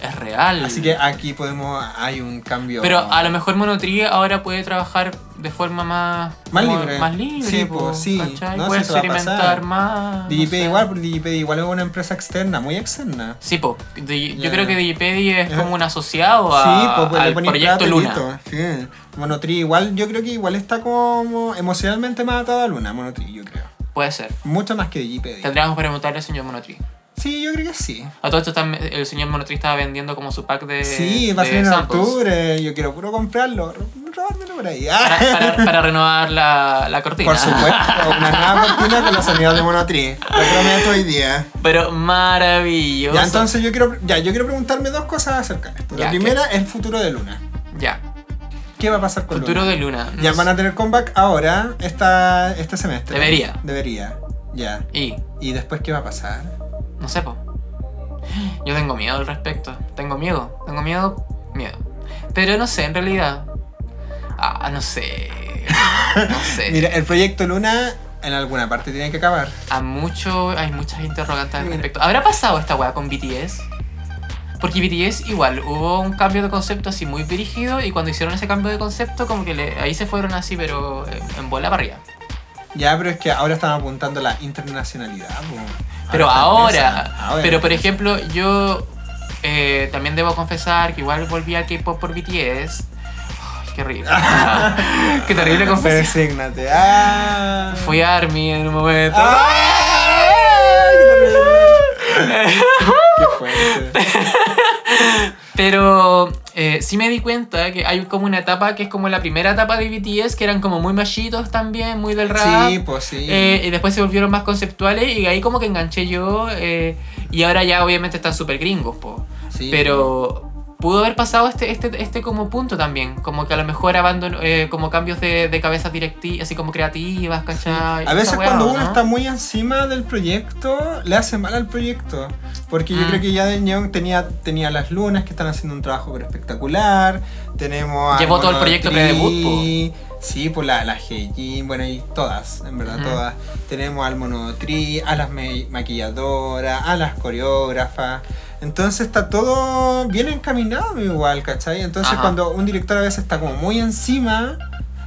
es real.
Así que aquí podemos. Hay un cambio.
Pero a lo mejor Monotri ahora puede trabajar de forma más.
Más
como-
libre.
Más libre,
Sí,
po,
po, sí.
¿cachai?
No,
puede
sí, eso va a
experimentar
pasar.
más.
DigiPedia
no sé.
igual, porque DigiPedia igual es una empresa externa, muy externa.
Sí, po. Di-
Ya.
Yo creo que Digipedia es
Ajá.
como un asociado a,
sí, pues, pues, le
al
ponía
proyecto
plata y
Luna.
listo. Sí. Monotri igual, yo creo que igual está como emocionalmente más atada a Luna, Monotri, yo creo.
Puede ser.
Mucho más que DigiPedia.
Tendríamos que preguntarle al señor Monotree.
Sí, yo creo que sí.
A todo esto tam- el señor Monotree estaba vendiendo como su pack de.
sí, va a
de
ser en
samples.
octubre. Yo quiero puro comprarlo, ro- robármelo por ahí. Ah.
Para, para- para renovar la, la cortina.
Por supuesto, una nueva cortina con la sonidos de Monotri. Lo prometo hoy día.
Pero maravilloso.
Ya, entonces yo quiero, ya, yo quiero preguntarme dos cosas acerca de esto.
Ya,
la
¿qué?
primera es el futuro de Luna.
Ya.
¿Qué va a pasar con
Futuro
Luna?
de Luna.
Ya
No
van a tener comeback ahora, esta, este semestre.
Debería.
Debería, ya.
sé. Y.
¿Y después qué va a pasar?
No sé, po. Yo tengo miedo al respecto. Tengo miedo. Tengo miedo. Miedo. Pero no sé, en realidad. Ah, no sé. No sé.
Mira, el proyecto Luna en alguna parte tiene que acabar.
A mucho, hay muchas interrogantes al
Mira.
respecto. ¿Habrá pasado esta weá con BTS? Porque BTS igual, hubo un cambio de concepto así muy dirigido y cuando hicieron ese cambio de concepto como que le- ahí se fueron así pero en, en bola para arriba.
Ya, pero es que ahora están apuntando a la internacionalidad. po.
Pero
están
ahora,
pensando, ahora.
pero por ejemplo yo eh, también debo confesar que igual volví a K-Pop por BTS. Ay, qué horrible. qué terrible confesión.
Persígnate. Ah.
Fui a ARMY en un momento.
Ah, qué terrible. Qué fuerte.
Pero eh, sí me di cuenta que hay como una etapa que es como la primera etapa de BTS, que eran como muy machitos también, muy del rap.
Sí, pues sí.
Eh, y después se volvieron más conceptuales y ahí como que enganché yo. eh, y ahora ya obviamente están súper gringos, po.
Sí.
Pero pudo haber pasado este, este, este como punto también. Como que a lo mejor abandono, eh, como cambios de, de cabezas directivas, así como creativas, ¿cachai?
A veces
Esa weá,
cuando uno
¿no?
está muy encima del proyecto, le hace mal al proyecto. Porque yo
Mm.
creo que ya de Neon tenía, tenía las lunas que están haciendo un trabajo pero espectacular. Tenemos a
Llevó todo el proyecto
Monotri,
pre-debut,
Sí, pues la, la Heijin, bueno, y todas, en verdad,
Ujú.
todas. Tenemos al Monotri, a las me- maquilladoras, a las coreógrafas. Entonces está todo bien encaminado igual, ¿cachai? Entonces
Ajá.
cuando un director a veces está como muy encima,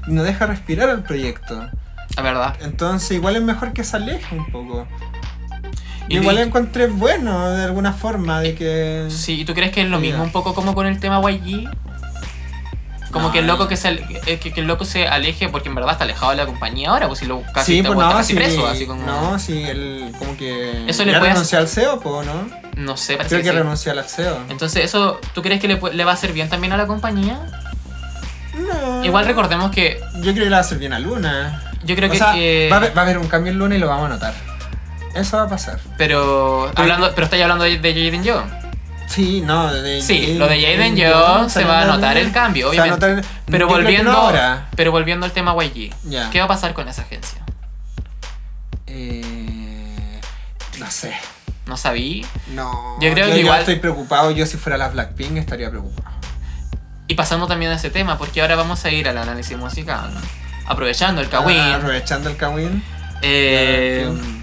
no deja respirar al proyecto.
La verdad.
Entonces igual es mejor que se aleje un poco.
Y
igual
de-
encontré bueno de alguna forma de que...
Sí, ¿y tú crees que es lo
Ya.
mismo un poco como con el tema YG? Como
No,
que el
no.
loco que se ale- eh, que, que el loco se aleje porque en verdad está alejado de la compañía ahora, pues si lo casi
Sí,
está,
pues
está
no,
casi
sí,
preso, así como
no, sí, él como que...
Eso le
ya
puede
renunció al CEO, po, ¿no?
no sé, parece
Creo que
que sí.
renunció al CEO.
Entonces, eso ¿tú crees que le, pu- le va a hacer bien también a la compañía?
No.
Igual recordemos que
Yo creo que le va a hacer bien a Luna.
yo creo
O
que, eh,
sea,
que-
va, a haber, va a haber un cambio en Luna y lo vamos a notar. Eso va a pasar.
pero hablando pero estáis hablando de, de Jaden Young.
Sí, no, de
Sí, lo de Jaden Young se va a notar el cambio,
Se va a
obviamente.
notar- yo
Pero
creo que
volviendo
no ahora.
pero volviendo al tema YG.
Ya.
¿Qué va a pasar con esa agencia?
Eh, no sé.
No sabí.
No.
Yo creo que igual-
estoy preocupado. Yo si fuera la Blackpink estaría preocupado.
Y pasando también a ese tema, porque ahora vamos a ir al análisis musical. ¿no? Aprovechando el Kawin.
Ah, aprovechando el Kawin.
eh,
claro,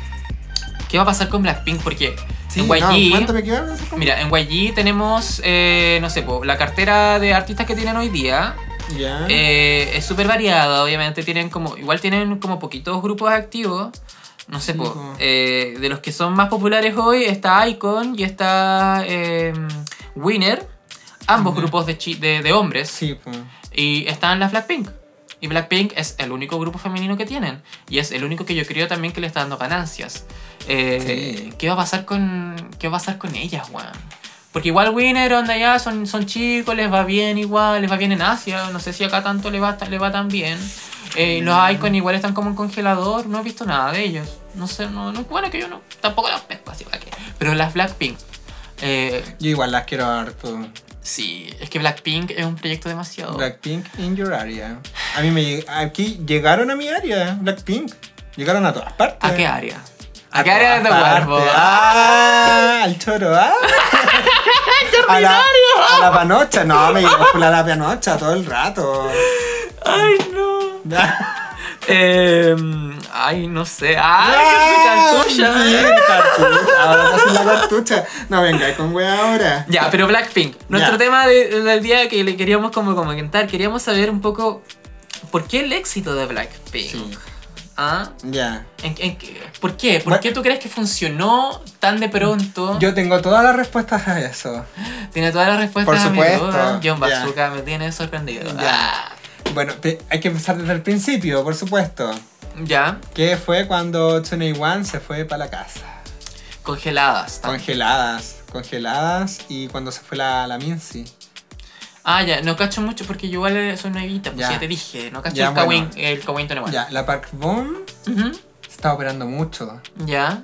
¿Qué va a pasar con Blackpink? Porque en
no,
YG.
cuéntame qué va a pasar con-
mira, en YG tenemos, eh, no sé, po, la cartera de artistas que tienen hoy día.
Ya.
eh, es súper variada, obviamente. Tienen como. Igual tienen como poquitos grupos activos. No sé,
Sí,
po,
po.
eh, de los que son más populares hoy está Icon y está eh, Winner. Ambos
Winner.
grupos de, chi- de, de hombres.
sí, pues.
Y están las Blackpink. Y Blackpink es el único grupo femenino que tienen. Y es el único que yo creo también que le está dando ganancias. Eh,
Sí.
¿Qué va a pasar con. ¿Qué va a pasar con ellas, weón? Porque igual Winner, onda ya, son, son chicos, les va bien igual, les va bien en Asia. No sé si acá tanto le va, ta- le va tan bien. Eh, los Icon igual están como en congelador, no he visto nada de ellos. No sé, no, no bueno, que yo no, tampoco las pesco así, ¿para qué? Pero las Blackpink, eh,
Yo igual las quiero harto.
sí, es que Blackpink es un proyecto demasiado.
Blackpink in your area. A mí me lleg- aquí llegaron a mi área, Blackpink. Llegaron a todas partes.
¿A qué área? ¿A, qué área de tu
todas
cuerpo?
partes. Ah, al choro, ah. a, la, a la panocha, no, me llegó full a la panocha todo el rato.
Ay, no. Eh, ay, no sé. ¡Ay, qué eh. su
Sí,
cartucha!
cartucha. Ahora estás en la cartucha. No venga con wea ahora.
Ya, pero Blackpink. Nuestro
Ya.
tema de- del día que le queríamos como comentar, queríamos saber un poco por qué el éxito de Blackpink.
Sí.
¿Ah?
Ya.
¿En- en qué- ¿Por qué? ¿Por
Bueno.
qué tú crees que funcionó tan de pronto?
Yo tengo todas las respuestas a eso.
Tiene todas las respuestas
Por
a mi duda.
supuesto,
John
ya.
Bazooka me tiene sorprendido.
Ya.
Ah,
Bueno, te- hay que empezar desde el principio, por supuesto.
ya.
Que fue cuando One se fue para la casa.
Congeladas. también.
Congeladas, congeladas y cuando se fue la, la Minzy.
Ah, ya, no cacho mucho porque yo igual soy nuevita, pues
Ya.
ya te dije, no cacho
Ya,
el
bueno.
Kawin, el Kawin Tonewan.
Ya, la Park Boom
Ujú,
se está operando mucho.
ya.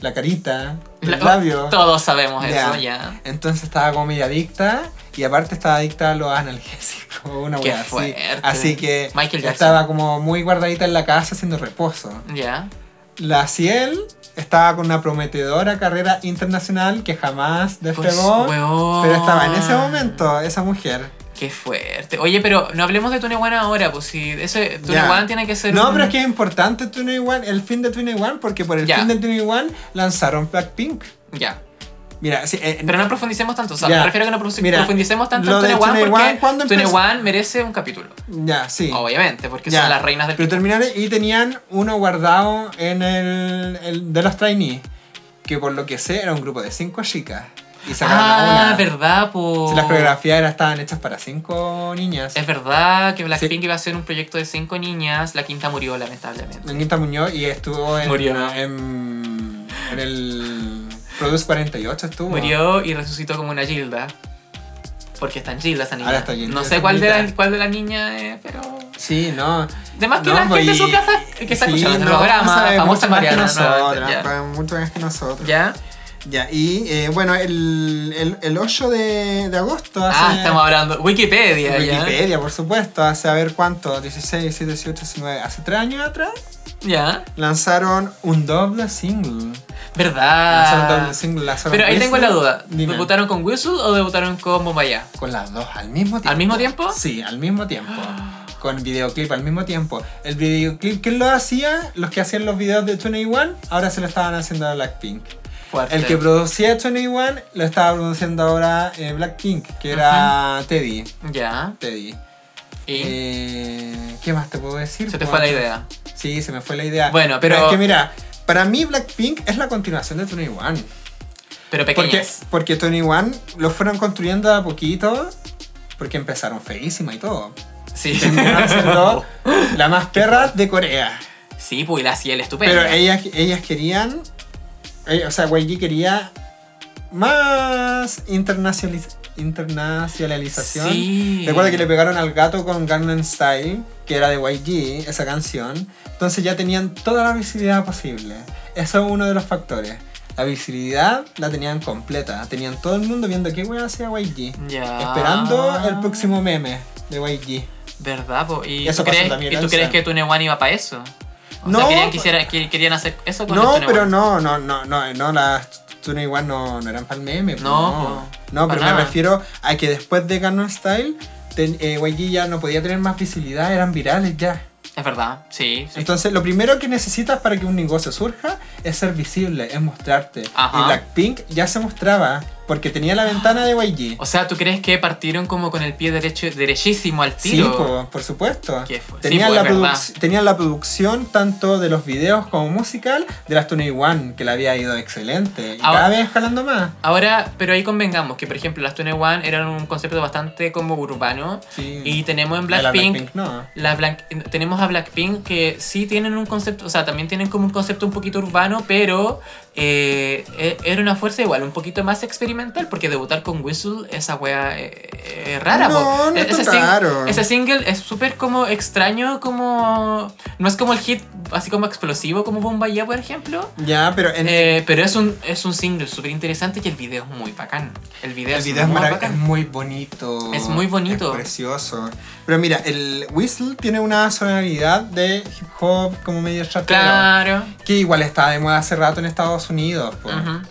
la carita, el
La-
labio.
Todos sabemos
Ya.
eso, ya.
Entonces estaba como medio adicta y aparte estaba adicta a los analgésicos, una
Qué
wea así.
fuerte.
Así que
Michael Jackson.
estaba como muy guardadita en la casa haciendo reposo.
Ya.
La Ciel estaba con una prometedora carrera internacional que jamás
Pues,
despegó.
weón.
Este pero estaba en ese momento, esa mujer.
Qué fuerte. Oye, pero no hablemos de Tonewan ahora, pues si ese
Ya.
Tonewan tiene que ser
No,
un-
pero es que es importante 21, el fin de 21 porque por el
Ya.
fin de 21 lanzaron Blackpink.
ya.
Mira, sí, eh,
Pero no profundicemos tanto, o sea,
Ya.
me refiero a que no profu-
Mira,
profundicemos tanto
lo
en
de
Tonewan
21
porque
¿cuándo empezó?
Tonewan merece un capítulo.
ya, sí.
Obviamente, porque
Ya.
son las reinas del
Pero terminaron y tenían uno guardado en el, el- de los trainees, que por lo que sé era un grupo de cinco chicas. Y sacaron a
Ah,
una.
verdad, pues.
Si las coreografías eran- estaban hechas para cinco niñas.
Es verdad que Blackpink
Sí.
iba a ser un proyecto de cinco niñas, la quinta murió lamentablemente.
Anita Muñoz y estuvo en,
Murió.
en, en el Produce 48 estuvo.
Murió y resucitó como una Gilda. Porque están Gilda esa niña.
Ahora está Gilda,
no
esa
sé cuál de,
niña.
la, cuál de la niña es, pero.
Sí, no.
Además que
No,
la gente de su
y-
casa que está
sí,
escuchando el
no,
programa,
sabe
la famosa
mucho más que
Mariana.
nosotras,
nuevamente,
sabe mucho más que nosotros.
¿Ya? ¿Ya?
Ya, y eh, bueno, el, el, el 8 de, de agosto hace
Ah, estamos hablando. Wikipedia,
Wikipedia, por supuesto, hace a ver cuánto, 16, 17, 18, 19, hace tres años atrás,
ya. Ya.
lanzaron un doble single. Lanzaron
Verdad.
doble single, lanzaron
Ah. Pero ahí tengo
Whistle.
la duda.
Dime,
¿Debutaron con Whistle o debutaron con Bombayá?
Con las dos al mismo tiempo.
¿Al mismo tiempo?
Sí, al mismo tiempo. Con videoclip al mismo tiempo. El videoclip, ¿quién lo hacía? Los que hacían los videos de 21, ahora se lo estaban haciendo a Blackpink.
Fuerte.
El que producía 21 lo estaba produciendo ahora eh, Blackpink, que era Teddy.
Ya.
Teddy.
Y.
Eh, ¿Qué más te puedo decir?
se te fue la
Pucha.
idea.
Sí, se me fue la idea.
Bueno, pero-
es que mira, para mí Blackpink es la continuación de 21.
Pero
Porque,
pequeñas.
porque 21 lo fueron construyendo de a poquito, porque empezaron feísima y todo.
Sí.
Terminaron siendo la más perra de Corea.
Sí, pues y la ciel estupenda.
Pero ellas, ellas querían. eh, o sea, YG quería más internacionaliz- internacionalización.
Sí.
Recuerda que le pegaron al gato con Gangnam Style, que era de YG, esa canción. Entonces ya tenían toda la visibilidad posible. Eso es uno de los factores. La visibilidad la tenían completa. Tenían todo el mundo viendo qué wea hacía YG.
Ya.
Esperando el próximo meme de YG.
¿Verdad, po? ¿Y,
Y eso
tú
pasó
crees,
también
¿y
en
tú
el
crees
Sam.
que Tune One iba para eso? O sea,
No, pues-
querían, quisiera- que- querían hacer eso con
No,
el Tune
pero
One.
no, no, no, no, no, las Tune igual no, no eran para el meme. pues,
No,
no,
pues,
No,
pa'
pero
nada.
me refiero a que después de Gangnam Style, ten- eh, YG ya no podía tener más visibilidad, eran virales ya.
Es verdad, sí. sí.
Entonces, lo primero que necesitas para que un negocio surja es ser visible, es mostrarte.
Ajá.
Y Blackpink ya se mostraba porque tenía la ventana de YG.
O sea, ¿tú crees que partieron como con el pie derecho, derechísimo al
Sí,
tiro?
po, por supuesto.
Qué fu-
Tenían,
sí, po,
la
es verdad.
produc- tenían la producción tanto de los videos como musical de las Tune One, que le había ido excelente. Y
Ahora-
cada vez jalando más.
Ahora, pero ahí convengamos que, por ejemplo, las Tune One eran un concepto bastante como urbano.
Sí.
Y tenemos en
De la
Blackpink
no.
La Blanc- tenemos a Blackpink que sí tienen un concepto, o sea, también tienen como un concepto un poquito urbano, pero eh, e- era una fuerza igual, un poquito más experimental, porque debutar con Whistle, esa wea eh, eh, es rara.
No,
po.
no
E-
es
ese,
tan
sing-
raro.
ese single es súper como extraño, como... No es como el hit así como explosivo como Bombayá, por ejemplo.
Ya, pero en-
Eh, pero es un, es un single súper interesante y el video es muy bacán. El video,
el video es,
muy
marav- es
bacán.
muy bonito.
Es muy bonito.
Es precioso. Pero mira, el whistle tiene una sonoridad de hip hop como medio chatero.
Claro.
Que igual está de moda hace rato en Estados Unidos. po.
Ujú.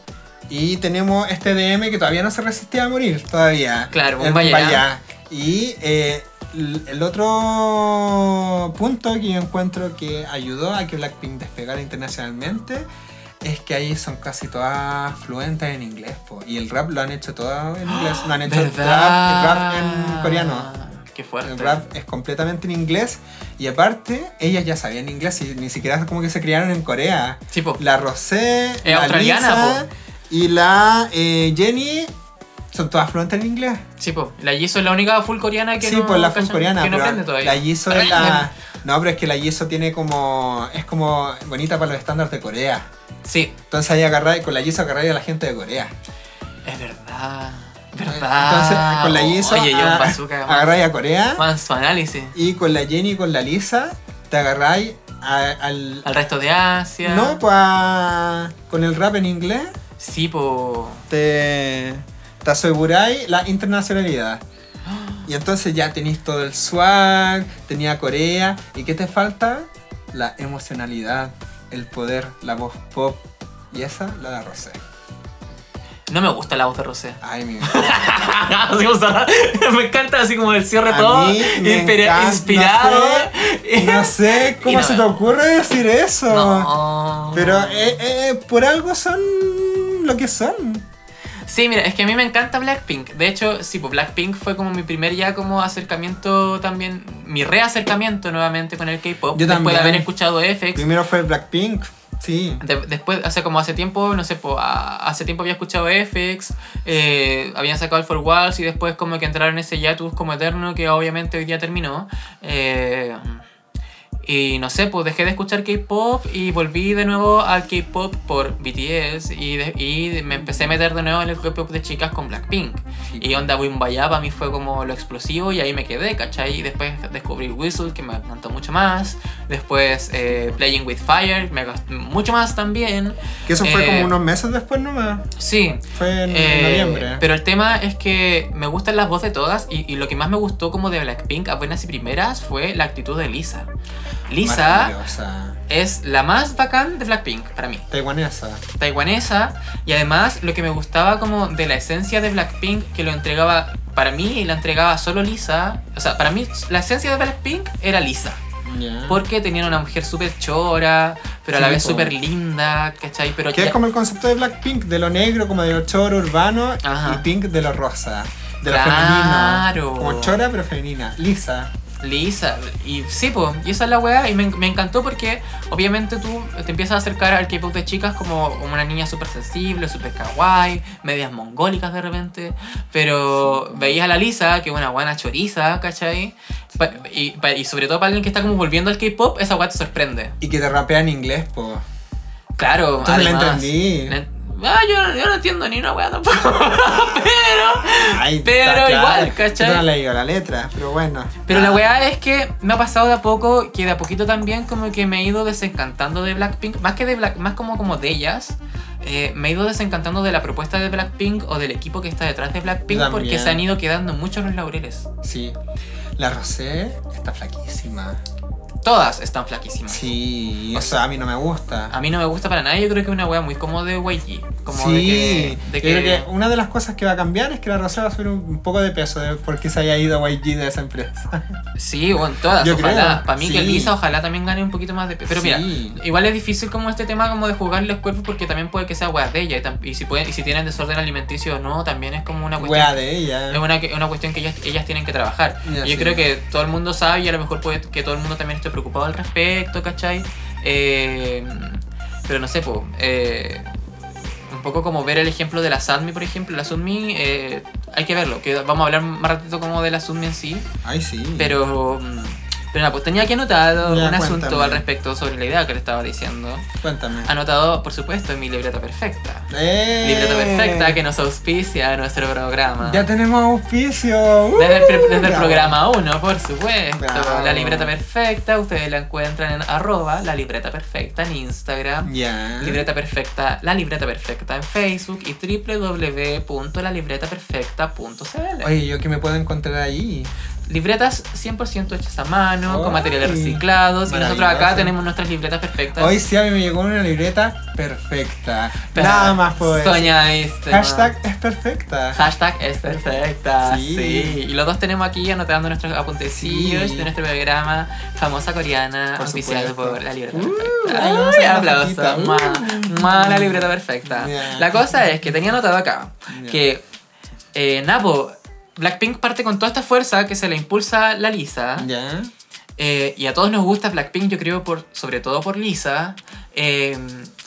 Y tenemos este DM que todavía no se resistía a morir, todavía.
Claro,
Es
Bombay
Bombay
Ya.
Ya. Y eh, l- el otro punto que yo encuentro que ayudó a que Blackpink despegara internacionalmente es que ahí son casi todas fluentes en inglés. po. Y el rap lo han hecho todo en inglés. No han hecho el rap, el rap en coreano.
Qué fuerte.
El rap es completamente en inglés. Y aparte, ellas ya sabían inglés y ni siquiera como que se criaron en Corea.
Sí, po.
La Rosé,
Es
la
australiana,
Lisa y la eh, Jenny son todas fluentes en inglés.
Sí, po. La Jisoo es la única full coreana que
sí,
no
pues la full
cachan-
coreana.
que no
pero
aprende todavía.
La Jisoo es la. No, pero es que la Jisoo tiene como. Es como bonita para los estándares de Corea.
Sí,
Entonces ahí agarrar, con la Jisoo agarrar a la gente de Corea.
es verdad.
Entonces
Verdad.
con la Jisoo ah,
Oye, yo
a-
un bazooka. man.
agarráis a Corea.
Man, su análisis.
Y con la Jenny y con la Lisa te agarráis a- al.
Al resto de Asia.
No, pues a- con el rap en inglés
Sí, po.
te, te aseguráis la internacionalidad. Y entonces ya tenéis todo el swag, tenía Corea. ¿Y qué te falta? La emocionalidad, el poder, la voz pop. Y esa, la de Rosé.
No me gusta la voz de Rosé.
Ay, mi
Así como cerrar- me encanta así como el cierre
A
todo.
mí me
inspira-
encanta, no
inspirado.
sé, No sé
Y
cómo
no
se
me-
te ocurre decir eso.
No.
Pero eh, eh, por algo son lo que son.
Sí, mira, es que a mí me encanta Blackpink. De hecho, sí, pues Blackpink fue como mi primer ya como acercamiento también, mi reacercamiento nuevamente con el K-pop.
Yo
Después
también.
de haber escuchado FX.
Primero fue Blackpink, sí.
de- después, hace como hace tiempo, no sé, po, a- hace tiempo había escuchado FX, eh, habían sacado el For Walls y después como que entraron en ese hiatus como eterno que obviamente hoy día terminó. Eh, y no sé, pues dejé de escuchar K-pop y volví de nuevo al K-pop por BTS y, de- y me empecé a meter de nuevo en el K-pop de chicas con Blackpink. Y Onda Wimbaya para mí fue como lo explosivo y ahí me quedé, ¿cachai? Y después descubrí Whistle, que me encantó mucho más. Después eh, Playing with Fire, me gustó mucho más también.
Que eso fue
Eh,
como unos meses después nomás.
Sí.
Fue en, en
eh,
noviembre.
pero el tema es que me gustan las voces de todas y, y lo que más me gustó como de Blackpink apenas y primeras fue la actitud de Lisa. Lisa
Maravillosa.
es la más bacán de Blackpink para mí
Taiwanesa.
taiwanesa y además lo que me gustaba como de la esencia de Blackpink que lo entregaba para mí la entregaba solo Lisa o sea para mí la esencia de Blackpink era Lisa
Ya.
porque tenían una mujer súper chora pero a la
Sí,
vez
po.
súper linda ¿cachai? pero
Que es
ya-
como el concepto de Blackpink, de lo negro, como de lo choro urbano,
Ajá.
y pink de lo rosa, de lo
Claro.
femenino. Como chora pero femenina, lisa.
Lisa, y sí, po, y esa es la weá, y me, me encantó porque obviamente tú te empiezas a acercar al K-pop de chicas como una niña súper sensible, súper kawaii, medias mongólicas de repente, pero veías a la Lisa, que es una guana choriza, ¿cachai? Pa- y, pa- y sobre todo para alguien que está como volviendo al K-pop, esa weá te sorprende.
Y que te rapea en inglés, po.
Claro,
Tú no la
además,
entendí.
la en- Ah, yo, yo no entiendo ni una weá tampoco, pero...
Ay,
Pero
está
igual,
claro.
¿cachai?
Yo no le digo la letra, pero bueno.
Pero
Ah,
la weá es que me ha pasado de a poco, que de a poquito también como que me he ido desencantando de Blackpink, más que de Black, más como, como de ellas, eh, me he ido desencantando de la propuesta de Blackpink o del equipo que está detrás de Blackpink
También.
porque se han ido quedando muchos los laureles.
Sí. La Rosé está flaquísima.
Todas están flaquísimas.
Sí,
O
eso a mí no me gusta.
A mí no me gusta para nada, yo creo que es una weá muy como de YG. Como de
sí,
que... de
yo creo que una de las cosas que va a cambiar es que la Rosé va a subir un poco de peso de por qué se haya ido YG de esa empresa.
Sí, bueno, todas,
Yo
ojalá.
creo,
Para mí que
sí.
Lisa ojalá también gane un poquito más de... pe- Pero mira,
Sí.
Igual es difícil como este tema como de jugar los cuerpos porque también puede que sea hueá de ella y, tam- y si pueden y si tienen desorden alimenticio o no también es como una cuestión
Wea de ella.
es una, que- es una cuestión que ellas, ellas tienen que trabajar.
Ya,
Y yo
sí.
creo que todo el mundo sabe y a lo mejor puede que todo el mundo también esté preocupado al respecto, ¿cachai? Eh, pero no sé, po, eh, un poco como ver el ejemplo de la Sunmi, por ejemplo. La Sunmi, eh, hay que verlo, que vamos a hablar más ratito como de la Sunmi en sí.
Ay, sí.
Pero, mm, pero nada, pues tenía aquí anotado
Ya,
un asunto
cuéntame.
al respecto sobre la idea que le estaba diciendo.
Cuéntame.
Ah, Anotado, por supuesto, en mi libreta perfecta.
¡Eh!
Libreta perfecta que nos auspicia nuestro programa.
Ya tenemos auspicio. ¡Uh!
Desde el, pr- desde el
Bravo.
programa 1, por supuesto.
Bravo.
La libreta perfecta, ustedes la encuentran en arroba, la libreta perfecta en Instagram.
Ya.
Libreta perfecta, la libreta perfecta en Facebook y www.lalibretaperfecta.cl.
Oye, yo que me puedo encontrar ahí.
Libretas 100% hechas a mano, con
Ay,
materiales reciclados. Y nosotros acá
maravilloso.
tenemos nuestras libretas perfectas.
Hoy sí a mí me llegó una libreta perfecta.
Pero
Nada más pues.
Soñadísima.
Hashtag es perfecta.
Hashtag es perfecta. Sí.
Sí.
Y los dos tenemos aquí anotando nuestros apuntecillos
Sí.
de nuestro programa Famosa Coreana,
Por
auspiciado
supuesto.
por la libreta
Uh,
perfecta.
ay, vamos
Ay,
a dar una
aplauso.
foquita.
Mua,
Uh.
mua, la libreta perfecta.
Yeah.
La cosa es que tenía anotado acá
Ya.
que eh, Napo. Blackpink parte con toda esta fuerza que se le impulsa la Lisa.
Ya.
Eh, y a todos nos gusta Blackpink, yo creo, por, sobre todo por Lisa. Eh,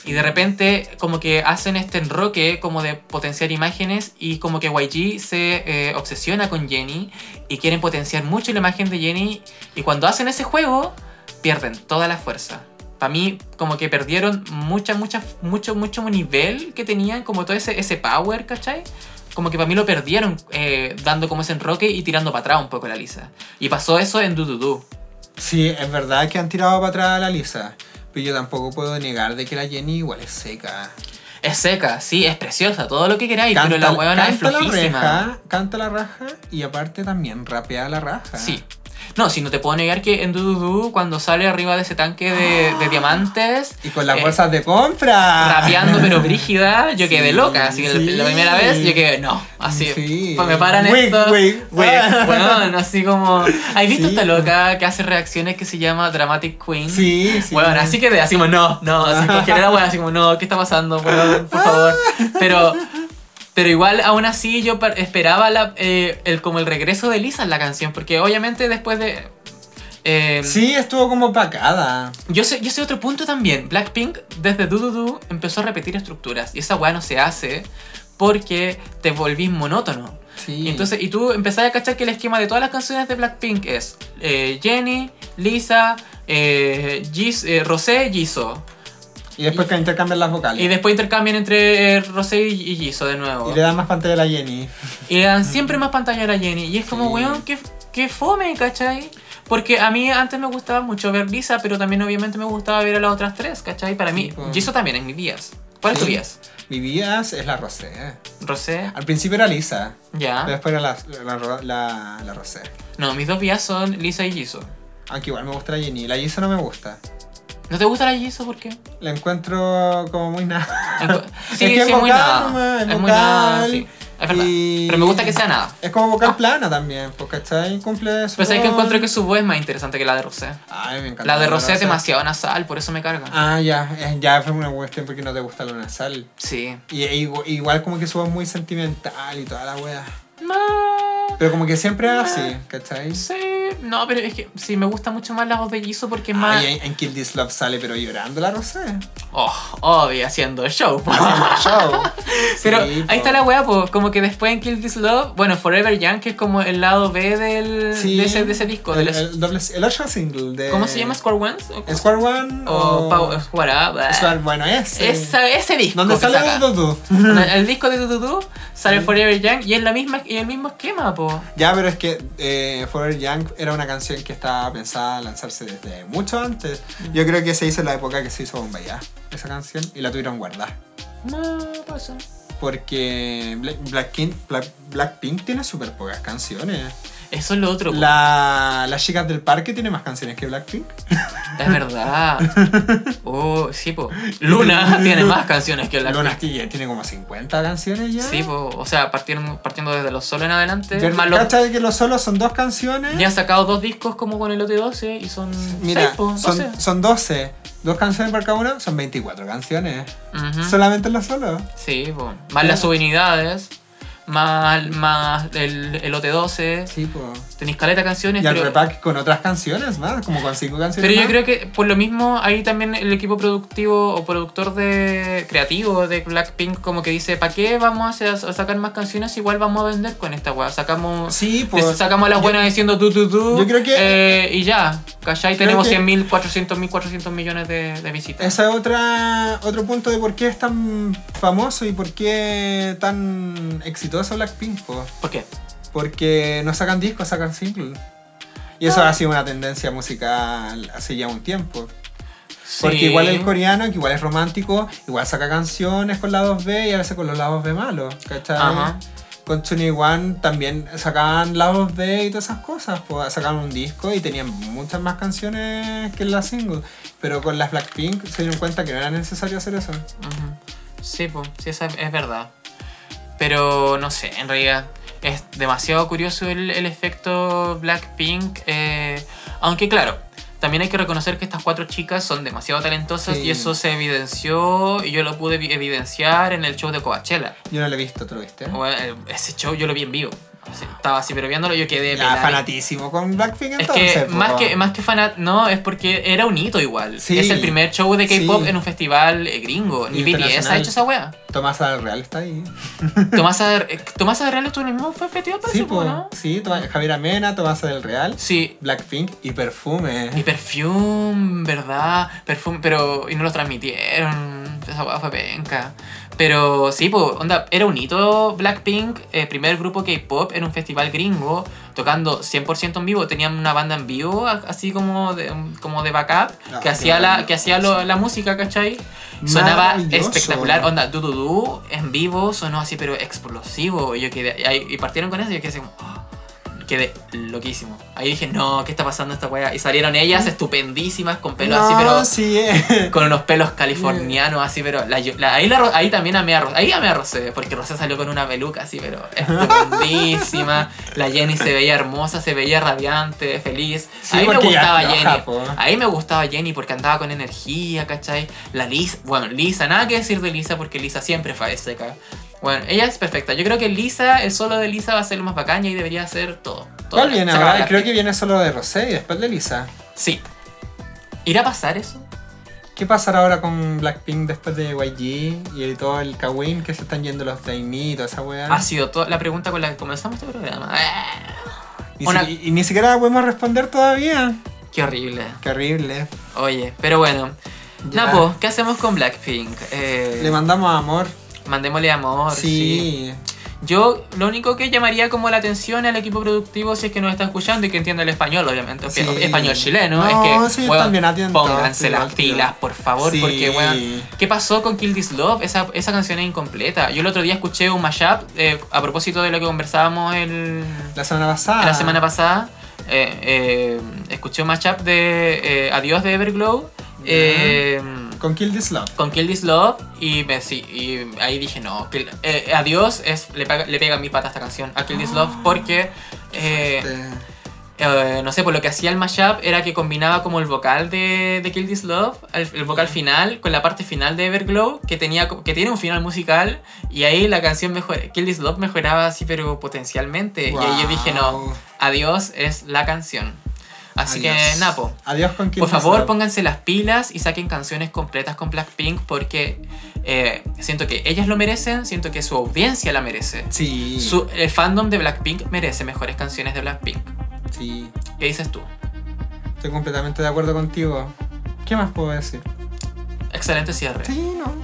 y de repente como que hacen este enroque como de potenciar imágenes y como que YG se eh, obsesiona con Jenny y quieren potenciar mucho la imagen de Jenny y cuando hacen ese juego pierden toda la fuerza. Para mí como que perdieron mucha, mucha, mucho, mucho nivel que tenían, como todo ese, ese power, ¿cachai? Como que para mí lo perdieron eh, dando como ese enroque y tirando para atrás un poco la Lisa. Y pasó eso en Do Do Do.
Sí, es verdad que han tirado para atrás a la Lisa. Pero yo tampoco puedo negar de que la Jenny igual es seca.
Es seca, sí, es preciosa, todo lo que queráis, pero la huevona es
canta la
flojísima.
raja, canta la raja y aparte también rapea la raja.
Sí. No, si no te puedo negar que en Dududu, cuando sale arriba de ese tanque de, de diamantes,
Y con las
Eh,
bolsas de compra.
rapeando pero brígida, yo quedé
Ah. Sí,
loca. Así que
sí.
la primera vez yo quedé, no, así.
Sí.
Pues me paran
Wig,
esto. Ah,
wig, wig.
weón, así como. ¿Has visto
Sí.
esta loca que hace reacciones que se llama Dramatic Queen?
Sí, sí.
Bueno, así que así como, no, no, así como que era bueno, así como, no, ¿qué está pasando? Weón, por favor. Pero, pero igual, aún así, yo par- esperaba la, eh, el, como el regreso de Lisa en la canción, porque obviamente después de... eh,
Sí, estuvo como pacada.
yo sé, yo sé otro punto también. Blackpink, desde Do Do Do, empezó a repetir estructuras. Y esa weá no se hace porque te volvís monótono.
Sí.
Y entonces, y tú empezás a cachar que el esquema de todas las canciones de Blackpink es eh, Jenny, Lisa, eh, Jis- eh, Rosé, Jisoo.
Y después que intercambian las vocales.
Y después intercambian entre eh, Rosé y y Jisoo de nuevo.
Y le dan más pantalla a la Jenny.
Y le dan siempre más pantalla a la Jenny. Y es como,
Sí.
weón, qué, qué fome, ¿cachai? Porque a mí antes me gustaba mucho ver Lisa, pero también obviamente me gustaba ver a las otras tres, ¿cachai? Para mí,
Sí, po.
Jisoo también es mi Díaz. ¿Cuál es tu
Sí. Ah,
Díaz?
Mi Vías es la Rosé.
Rosé,
Al principio era Lisa, pero
ya.
después era la, la, la, la- la Rosé.
No, mis dos Díaz son Lisa y Jisoo.
Aunque igual me gusta la Jenny. La Lisa no me gusta.
¿No te gusta la Jisoo? ¿Por qué?
La encuentro como muy nada.
Encu- sí,
que
sí,
es
es
vocal
muy nada.
nomás, es
es muy nada,
vocal.
sí. Es verdad.
Y-
Pero me gusta que sea nada.
Es como vocal plana también, porque está ahí cumple su
Pero sabes que
rol.
encuentro que su voz Ah. Pues es más interesante que la de Rosé.
Ay, me encanta.
La de Rosé es demasiado nasal, por eso me carga.
Ah, ya, eh, ya fue una cuestión porque no te gusta lo nasal.
Sí.
Y e igu- igual como que su voz muy sentimental y toda la wea.
Ma-
Pero como que siempre es
Ah.
así, ¿cachai?
Sí, no, pero es que sí, me gusta mucho más la voz de Jisoo porque es más.
Ay, en, en Kill This Love sale pero llorando la Rosé.
Oh, obvio, haciendo show. po.
Chao.
Pero
Sí, po.
ahí está la weá, pues, como que después en Kill This Love, bueno, Forever Young, que es como el lado B del,
Sí,
de, ese, de ese disco.
El,
del-
el eh, doble- el otro single de.
¿Cómo se llama? ¿Square Ones? ¿O,
Square One.
o Power- What Up? eh.
Square- bueno, ese.
Esa- ese disco.
¿Dónde
que
sale
saca.
el Dudu?
El disco de Dududu sale Forever Young y es la misma y el mismo esquema, po.
Ya, pero es que eh, Forever Young era una canción que estaba pensada a lanzarse desde mucho antes.
Mm.
Yo creo que se hizo en la época que se hizo Bombay ya, esa canción, y la tuvieron guardada.
No pasa.
Porque Black- Blackpink, Black- Blackpink tiene súper pocas canciones.
Eso es lo otro, po.
La, las chicas del parque tiene más canciones que Blackpink.
Es verdad. Oh, sí, po. Luna tiene más canciones que la
Luna Tille tiene como 50 canciones ya.
Sí, po. O sea, partieron- partiendo desde los solo en adelante.
Ver-
Más los-
¿Cacha de que los solos son dos canciones?
ya han sacado dos discos como con el OT12 y son.
Mira,
seis, po, doce.
son, son 12. Dos canciones por cada uno son 24 canciones.
Ujú.
Solamente los solos.
Sí, po. Más las subunidades. Más, más el, el OT12.
Sí, pues.
Tenéis caleta de canciones.
Y al
pero-
repack con otras canciones, más, como con cinco canciones.
Pero yo
más.
creo que por lo mismo ahí también el equipo productivo o productor de creativo de Blackpink como que dice, ¿para qué vamos a, hacer- a sacar más canciones? Igual vamos a vender con esta weá. Sacamos...
Sí,
les
pues.
sacamos a las buenas diciendo tú, tú, tú.
yo creo que-
eh, y ya, ¿cachai?
Creo
Tenemos
que-
100.000, 400.000, 400 millones de, de visitas.
Ese es otra, otro punto de por qué es tan famoso y por qué tan exitoso Blackpink, po.
¿Por qué?
Porque no sacan discos, sacan singles. Y
Ah.
eso ha sido una tendencia musical hace ya un tiempo. Porque
Sí.
igual el coreano, que igual es romántico, igual saca canciones con lados B y a veces con los lados B malos, ¿cachai?
Ajá.
con 21 también sacaban Love B y todas esas cosas. Pues, sacaban un disco y tenían muchas más canciones que las singles. Pero con las Blackpink se dieron cuenta que no era necesario hacer eso.
Ujú. Sí, pues, sí, esa es verdad. Pero no sé, en realidad es demasiado curioso el, el efecto Blackpink. eh, aunque claro, también hay que reconocer que estas cuatro chicas son demasiado talentosas
Sí.
y eso se evidenció y yo lo pude vi- evidenciar en el show de Coachella.
Yo no lo he visto, ¿tú lo viste?
O, eh, ese show yo lo vi en vivo. Sí, Estaba así, pero viéndolo yo quedé...
Ya,
pelada.
fanatísimo con Blackpink
Es
entonces.
que
po.
más, que más que fanat, no, es porque era un hito igual.
Sí.
es el primer show de K-pop
Sí.
en un festival eh, gringo. Ni BTS ha
Internacional.
hecho esa wea.
Tomás Al Real está ahí.
Tomasa del, eh, Tomasa del Real estuvo en el mismo festival, parece,
Sí,
po,
po.
¿no?
sí Tomás- Javier Amena, Tomás del Real,
Sí.
Blackpink y Perfume.
Y Perfume, ¿verdad? Perfume, pero. Y no lo transmitieron. Esa hueá fue penca. Pero sí, pues, onda, era un hito Blackpink, eh, primer grupo K-pop en un festival gringo, tocando 100% en vivo. Tenían una banda en vivo, a- así como de, como de backup,
Ah,
que
qué
hacía, la,
maravilloso.
que hacía lo- la música, ¿cachai? Sonaba
Maravilloso.
espectacular, onda, du, du, du, en vivo, sonó así, pero explosivo. Y, yo quedé, y ahí- y partieron con eso y yo quedé así como, "Ah". quedé loquísimo. Ahí dije, no, ¿qué está pasando esta weá? Y salieron ellas estupendísimas, con pelos así,
No,
pero
sí, eh.
con unos pelos californianos así, pero la- la- ahí, la ro- ahí también amé a Rosé, ahí amé a Rosé, porque Rosé salió con una peluca así, pero estupendísima. la Jenny se veía hermosa, se veía radiante, feliz.
Sí,
ahí me
porque ella
gustaba
es
Jenny.
floja, po.
Ahí me gustaba Jenny porque andaba con energía, ¿cachai? La Lisa, bueno, Lisa, nada que decir de Lisa porque Lisa siempre fue seca. Bueno, ella es perfecta. Yo creo que Lisa, el solo de Lisa va a ser lo más bacán y ahí debería ser todo. todo
¿Cuál
la-
viene
se acaba
ahora?
la-
Creo que viene solo de Rosé y después de Lisa.
Sí. ¿Irá a pasar eso?
¿Qué pasará ahora con Blackpink después de YG y todo el Kawin que se están yendo los Daimi y toda esa weá?
Ha sido toda la pregunta con la que comenzamos este programa. ¡Ah!
Ni
una-
si- y, ni siquiera la podemos responder todavía.
Qué horrible.
Qué horrible.
Oye, pero bueno.
Ya.
Napo, ¿qué hacemos con Blackpink? Eh,
Le mandamos amor.
mandémosle amor. sí.
Sí.
Yo lo único que llamaría como la atención al equipo productivo si es que nos está escuchando y que entienda el español, obviamente,
Sí.
porque español chileno,
No,
es que
sí,
weón,
también atiendo,
pónganse
sí,
las
igual,
pilas,
tío.
por favor,
Sí.
porque weón, ¿qué pasó con Kill This Love? Esa, esa canción es incompleta. Yo el otro día escuché un mashup eh, a propósito de lo que conversábamos el,
La semana pasada.
la semana pasada. eh, eh, escuché un mashup de eh, Adiós de Everglow. eh,
Con Kill This Love.
con Kill This Love y, me, sí, y ahí dije no, Kill- eh, adiós es, le, pega, le pega mi pata a esta canción a Kill This Love porque eh,
Este,
eh, no sé, pues lo que hacía el mashup era que combinaba como el vocal de, de Kill This Love, el, el vocal final con la parte final de Everglow que, tenía, co- que tiene un final musical y ahí la canción mejor, Kill This Love mejoraba así pero potencialmente y ahí yo dije no,
wow.
adiós es la canción. Así
Adiós.
que Napo.
Adiós con Kill
Por
This
favor,
Love.
pónganse las pilas y saquen canciones completas con Blackpink porque eh, siento que ellas lo merecen, siento que su audiencia la merece.
Sí.
Su- el fandom de Blackpink merece mejores canciones de Blackpink.
Sí.
¿Qué dices tú?
Estoy completamente de acuerdo contigo. ¿Qué más puedo decir?
Excelente cierre.
Sí, no.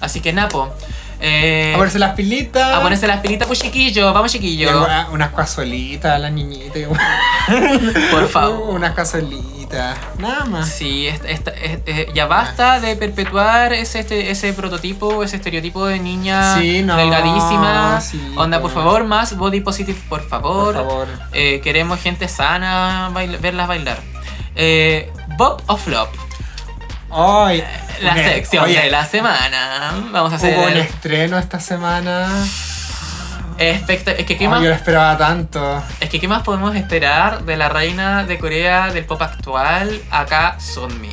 Así que, Napo, eh,
A ponerse las pilitas.
a ponerse las pilitas, pues chiquillo, vamos
Y
chiquillo.
alguna- unas cazuelitas a la niñita. igual.
Por favor.
Uh, Unas cazuelitas. Nada más.
Sí, es- esta- es- eh, ya basta de perpetuar ese, este- ese prototipo, ese estereotipo de niña
Sí, no,
delgadísima.
sí,
Onda, por
pues.
favor, más body positive, por favor.
Por favor.
Eh, queremos gente sana, baila- verlas bailar. Eh, Bob o Flop,
Hoy.
la
un-
sección
oye,
de la semana. Vamos a
Hubo un
hacer.
estreno esta semana.
especta- Es que, ¿qué
Ay,
más,
yo lo esperaba tanto.
es que, ¿qué más podemos esperar de la reina de Corea del pop actual? Acá, Sunmi.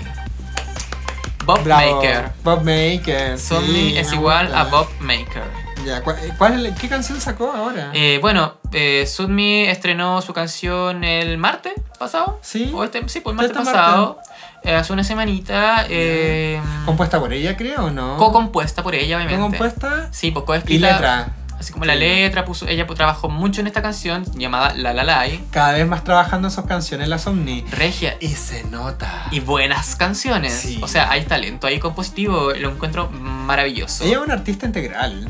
Bob
Bravo.
Maker.
Bob Maker. sí,
Sunmi es
me
igual
gusta.
a Bob Maker.
Ya, ¿cuál, cuál es la- ¿Qué canción sacó ahora?
Eh, bueno, eh, Sunmi estrenó su canción el martes pasado.
sí.
O este, sí, pues el martes
Este martes.
pasado. eh, hace una semanita. eh,
Compuesta por ella, creo, ¿o ¿no?
co-compuesta por ella, obviamente.
compuesta
Sí, pues
y
coescrita.
letra.
Así como la
Sí.
letra, puso, ella pues, trabajó mucho en esta canción llamada La La Lai.
Cada vez más trabajando en sus canciones la Somni.
Regia.
Y se nota.
Y buenas canciones.
Sí.
O sea, hay talento, hay compositivo. Lo encuentro maravilloso.
Ella es una artista integral.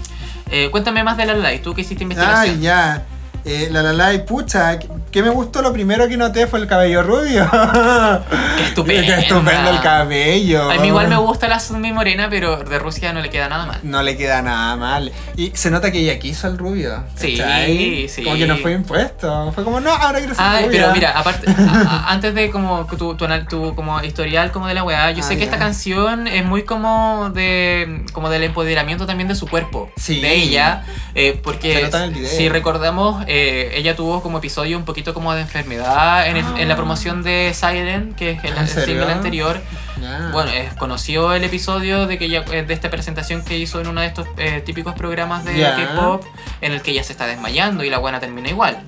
Eh, cuéntame más de La La Lai. Tú que hiciste investigación.
Ay, ya. Eh, la la la y pucha, qué, ¿Qué me gustó? Lo primero que noté fue el cabello rubio.
Qué estupendo.
Qué estupendo el cabello.
A mí igual me gusta la Sunmi morena, pero de Rusia no le queda nada mal.
No le queda nada mal. Y se nota que ella quiso el rubio.
Sí,
¿cachai?
sí.
Como que no fue impuesto. Fue como, no, ahora quiero ser
Ay,
rubia.
pero mira, aparte, a- a- antes de como tu, tu, anal- tu como historial como de la weá, yo
Ah,
sé que
ya.
esta canción es muy como de como del empoderamiento también de su cuerpo,
Sí.
de ella, eh,
Se
porque
nota en el video.
si recordamos, eh, ella tuvo como episodio un poquito como de enfermedad en, el- en la promoción de Silent, que es el,
Ah. ¿En
el
serio? Ah.
single anterior.
Ya.
Bueno, eh, conoció el episodio de que ella- eh, de esta presentación que hizo en uno de estos eh, típicos programas de
Ya.
K-pop, en el que ella se está desmayando y la buena termina igual.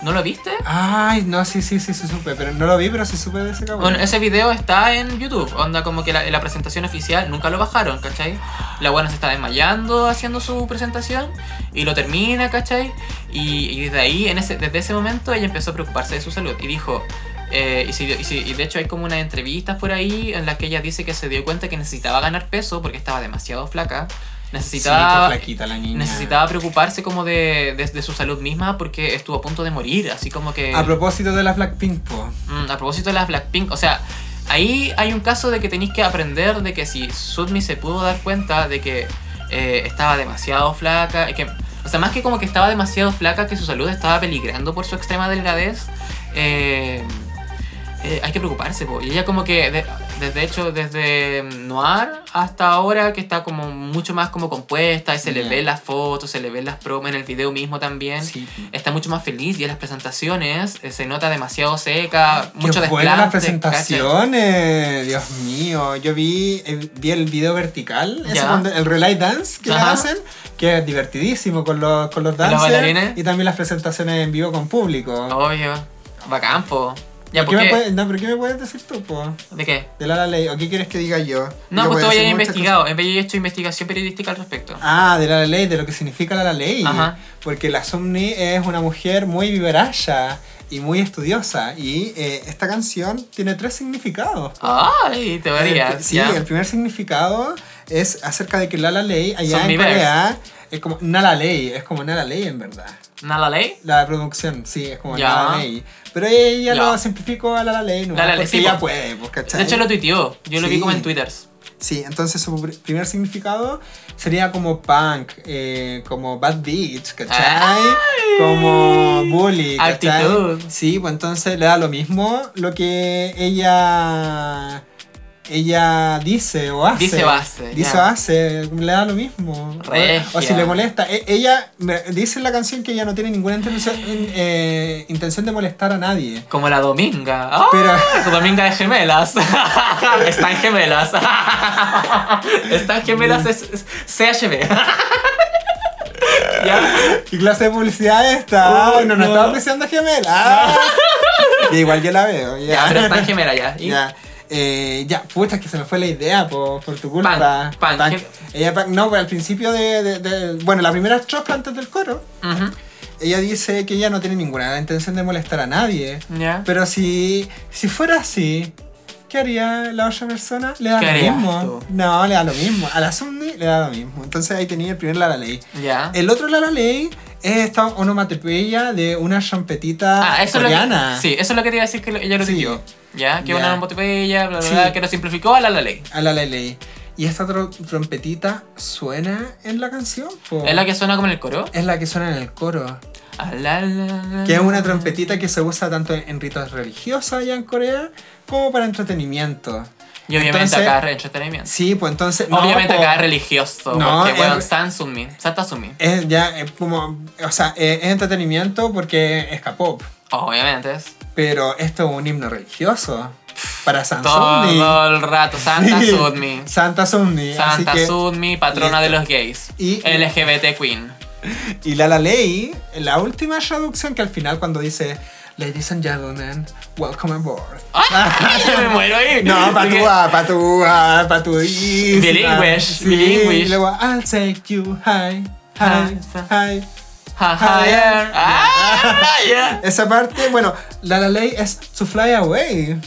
¿No lo viste?
Ay, no, sí, sí, sí, sí, supe. Pero no lo vi, pero sí supe de ese cabello.
Bueno, ese video está en YouTube, onda como que la, la presentación oficial nunca lo bajaron, ¿cachai? La buena se está desmayando haciendo su presentación y lo termina, ¿cachai? Y, y desde ahí, en ese, desde ese momento, ella empezó a preocuparse de su salud y dijo, eh, y, si- y si- y de hecho hay como unas entrevistas por ahí en las que ella dice que se dio cuenta que necesitaba ganar peso porque estaba demasiado flaca, necesitaba...
Sí, fue flaquita la niña.
Necesitaba preocuparse como de, de- de su salud misma porque estuvo a punto de morir, así como que...
A propósito de la Blackpink, po.
Mm, a propósito de las Blackpink, o sea, ahí hay un caso de que tenéis que aprender de que si Sudmi se pudo dar cuenta de que eh, estaba demasiado flaca, que, o sea, más que como que estaba demasiado flaca, que su salud estaba peligrando por su extrema delgadez, eh, eh, hay que preocuparse, po. y ella como que, de- desde hecho, desde Noir hasta ahora, que está como mucho más como compuesta, y se le
Ya.
ven las fotos, se le ven las promos en el video mismo también
Sí.
está mucho más feliz y en las presentaciones eh, se nota demasiado seca, mucho
Qué
desplante.
buenas las
¿cachai?
presentaciones, Dios mío. Yo vi, eh, vi el video vertical, ese
Ya.
cuando- el relay dance que
Ajá.
hacen, que es divertidísimo con los, con los
¿Con los
dancers
bailarines?
y también las presentaciones en vivo con público.
Obvio. Bacán, po. Ya,
¿Qué
¿por
me
qué?
puedes, no, pero ¿qué me puedes decir tú, po?
¿De qué?
De la la ley, ¿o qué quieres que diga yo?
No,
Yo
pues
voy a
todavía he
decir muchas
investigado, he hecho investigación periodística al respecto.
cosas. Ah, de la la ley, de lo que significa la la ley.
Ajá.
Porque la Somni es una mujer muy vivaraya y muy estudiosa. Y eh, esta canción tiene tres significados. po.
Ay, teoría.
El- Ah. Eh, sí,
ya.
el primer significado es acerca de que la la ley allá en
Somniverse.
Corea es como na la ley, es como na la ley en verdad.
¿Na la ley?
La producción, sí, es como
Ya.
na la ley. Pero ella
Ya.
lo simplificó a la la ley, no,
La La Ley,
porque
sí,
ella
po.
puede, pues, ¿cachai?
De hecho lo tuiteó, yo lo vi
Sí.
como en Twitter.
Sí, entonces su pr- primer significado sería como punk, eh, como bad bitch, ¿cachai? Como bully, ¿cachai?
Actitud.
Sí, pues entonces le da lo mismo lo que ella ella dice o hace.
Dice o hace,
Dice
ya.
o hace, le da lo mismo.
Regia.
O, o si le molesta. E- ella me- dice en la canción que ella no tiene ninguna intención, eh, intención de molestar a nadie.
Como la Dominga. ¡Ah!
Pero-
Como Dominga de gemelas. Están gemelas. Están gemelas es, es CHB. ya.
¿Qué clase de publicidad es esta?
Uy,
Ay, no, nos
no.
estaba apreciando gemela. Ah. Ya, igual yo la veo.
Ya,
Ya,
pero está en gemela ya. ¿Y?
ya. Eh, ya, puta, que se me fue la idea po, por tu culpa.
Pan, pan,
Pan.
gem-
Ella, pan- no, pues, al principio de, de- de- Bueno, la primera estrofa antes del coro,
Ujú,
ella dice que ella no tiene ninguna intención de molestar a nadie.
Ya.
Pero si, si fuera así, ¿qué haría la otra persona? Le da
¿Qué
lo
harías
mismo.
tú?
No, le da lo mismo. A la Sunday le da lo mismo. Entonces ahí tenía el primer la la ley.
Ya.
El otro Lala Ley es esta onomatopeya de una champetita
Ah, eso es, lo
coreana.
que, sí, eso es lo que te iba a decir que lo- ella lo
Sí.
siguió. Ya, que
Ya.
una onomatopeya, bla, bla,
Sí.
bla, que lo simplificó a la, la ley.
A Lala Ley. Y esta tro- trompetita suena en la canción. po.
Es la que suena como en el coro.
Es la que suena en el coro.
A la, la, la,
Que es una
la.
trompetita que se usa tanto en ritos religiosos allá en Corea como para entretenimiento.
Y obviamente
Entonces-
acá es re- entretenimiento.
Sí, pues entonces. no,
obviamente
po.
acá es religioso.
No,
porque,
es-
bueno, San Sunmi, Santa Sunmi.
Es ya, es como. O sea, eh, es, es entretenimiento porque es K-pop.
Obviamente es.
Pero esto es un himno religioso. Para Samsung.
Todo el rato, Santa
Sí.
Sunmi.
Santa Sunni.
Santa
así que-
Sunmi, patrona
Listo.
de los gays.
Y-
LGBT Queen.
Y la la ley, la última traducción que al final cuando dice Ladies and gentlemen, welcome aboard.
Yo me muero ahí.
No,
Porque-
patúa, patúa, patudísima.
Bilingüe,
Sí,
bilingüe.
Y luego, I'll take you high, high, high.
Ja, ja, ya. Ah, ya.
Esa parte, bueno, la la ley es to fly away.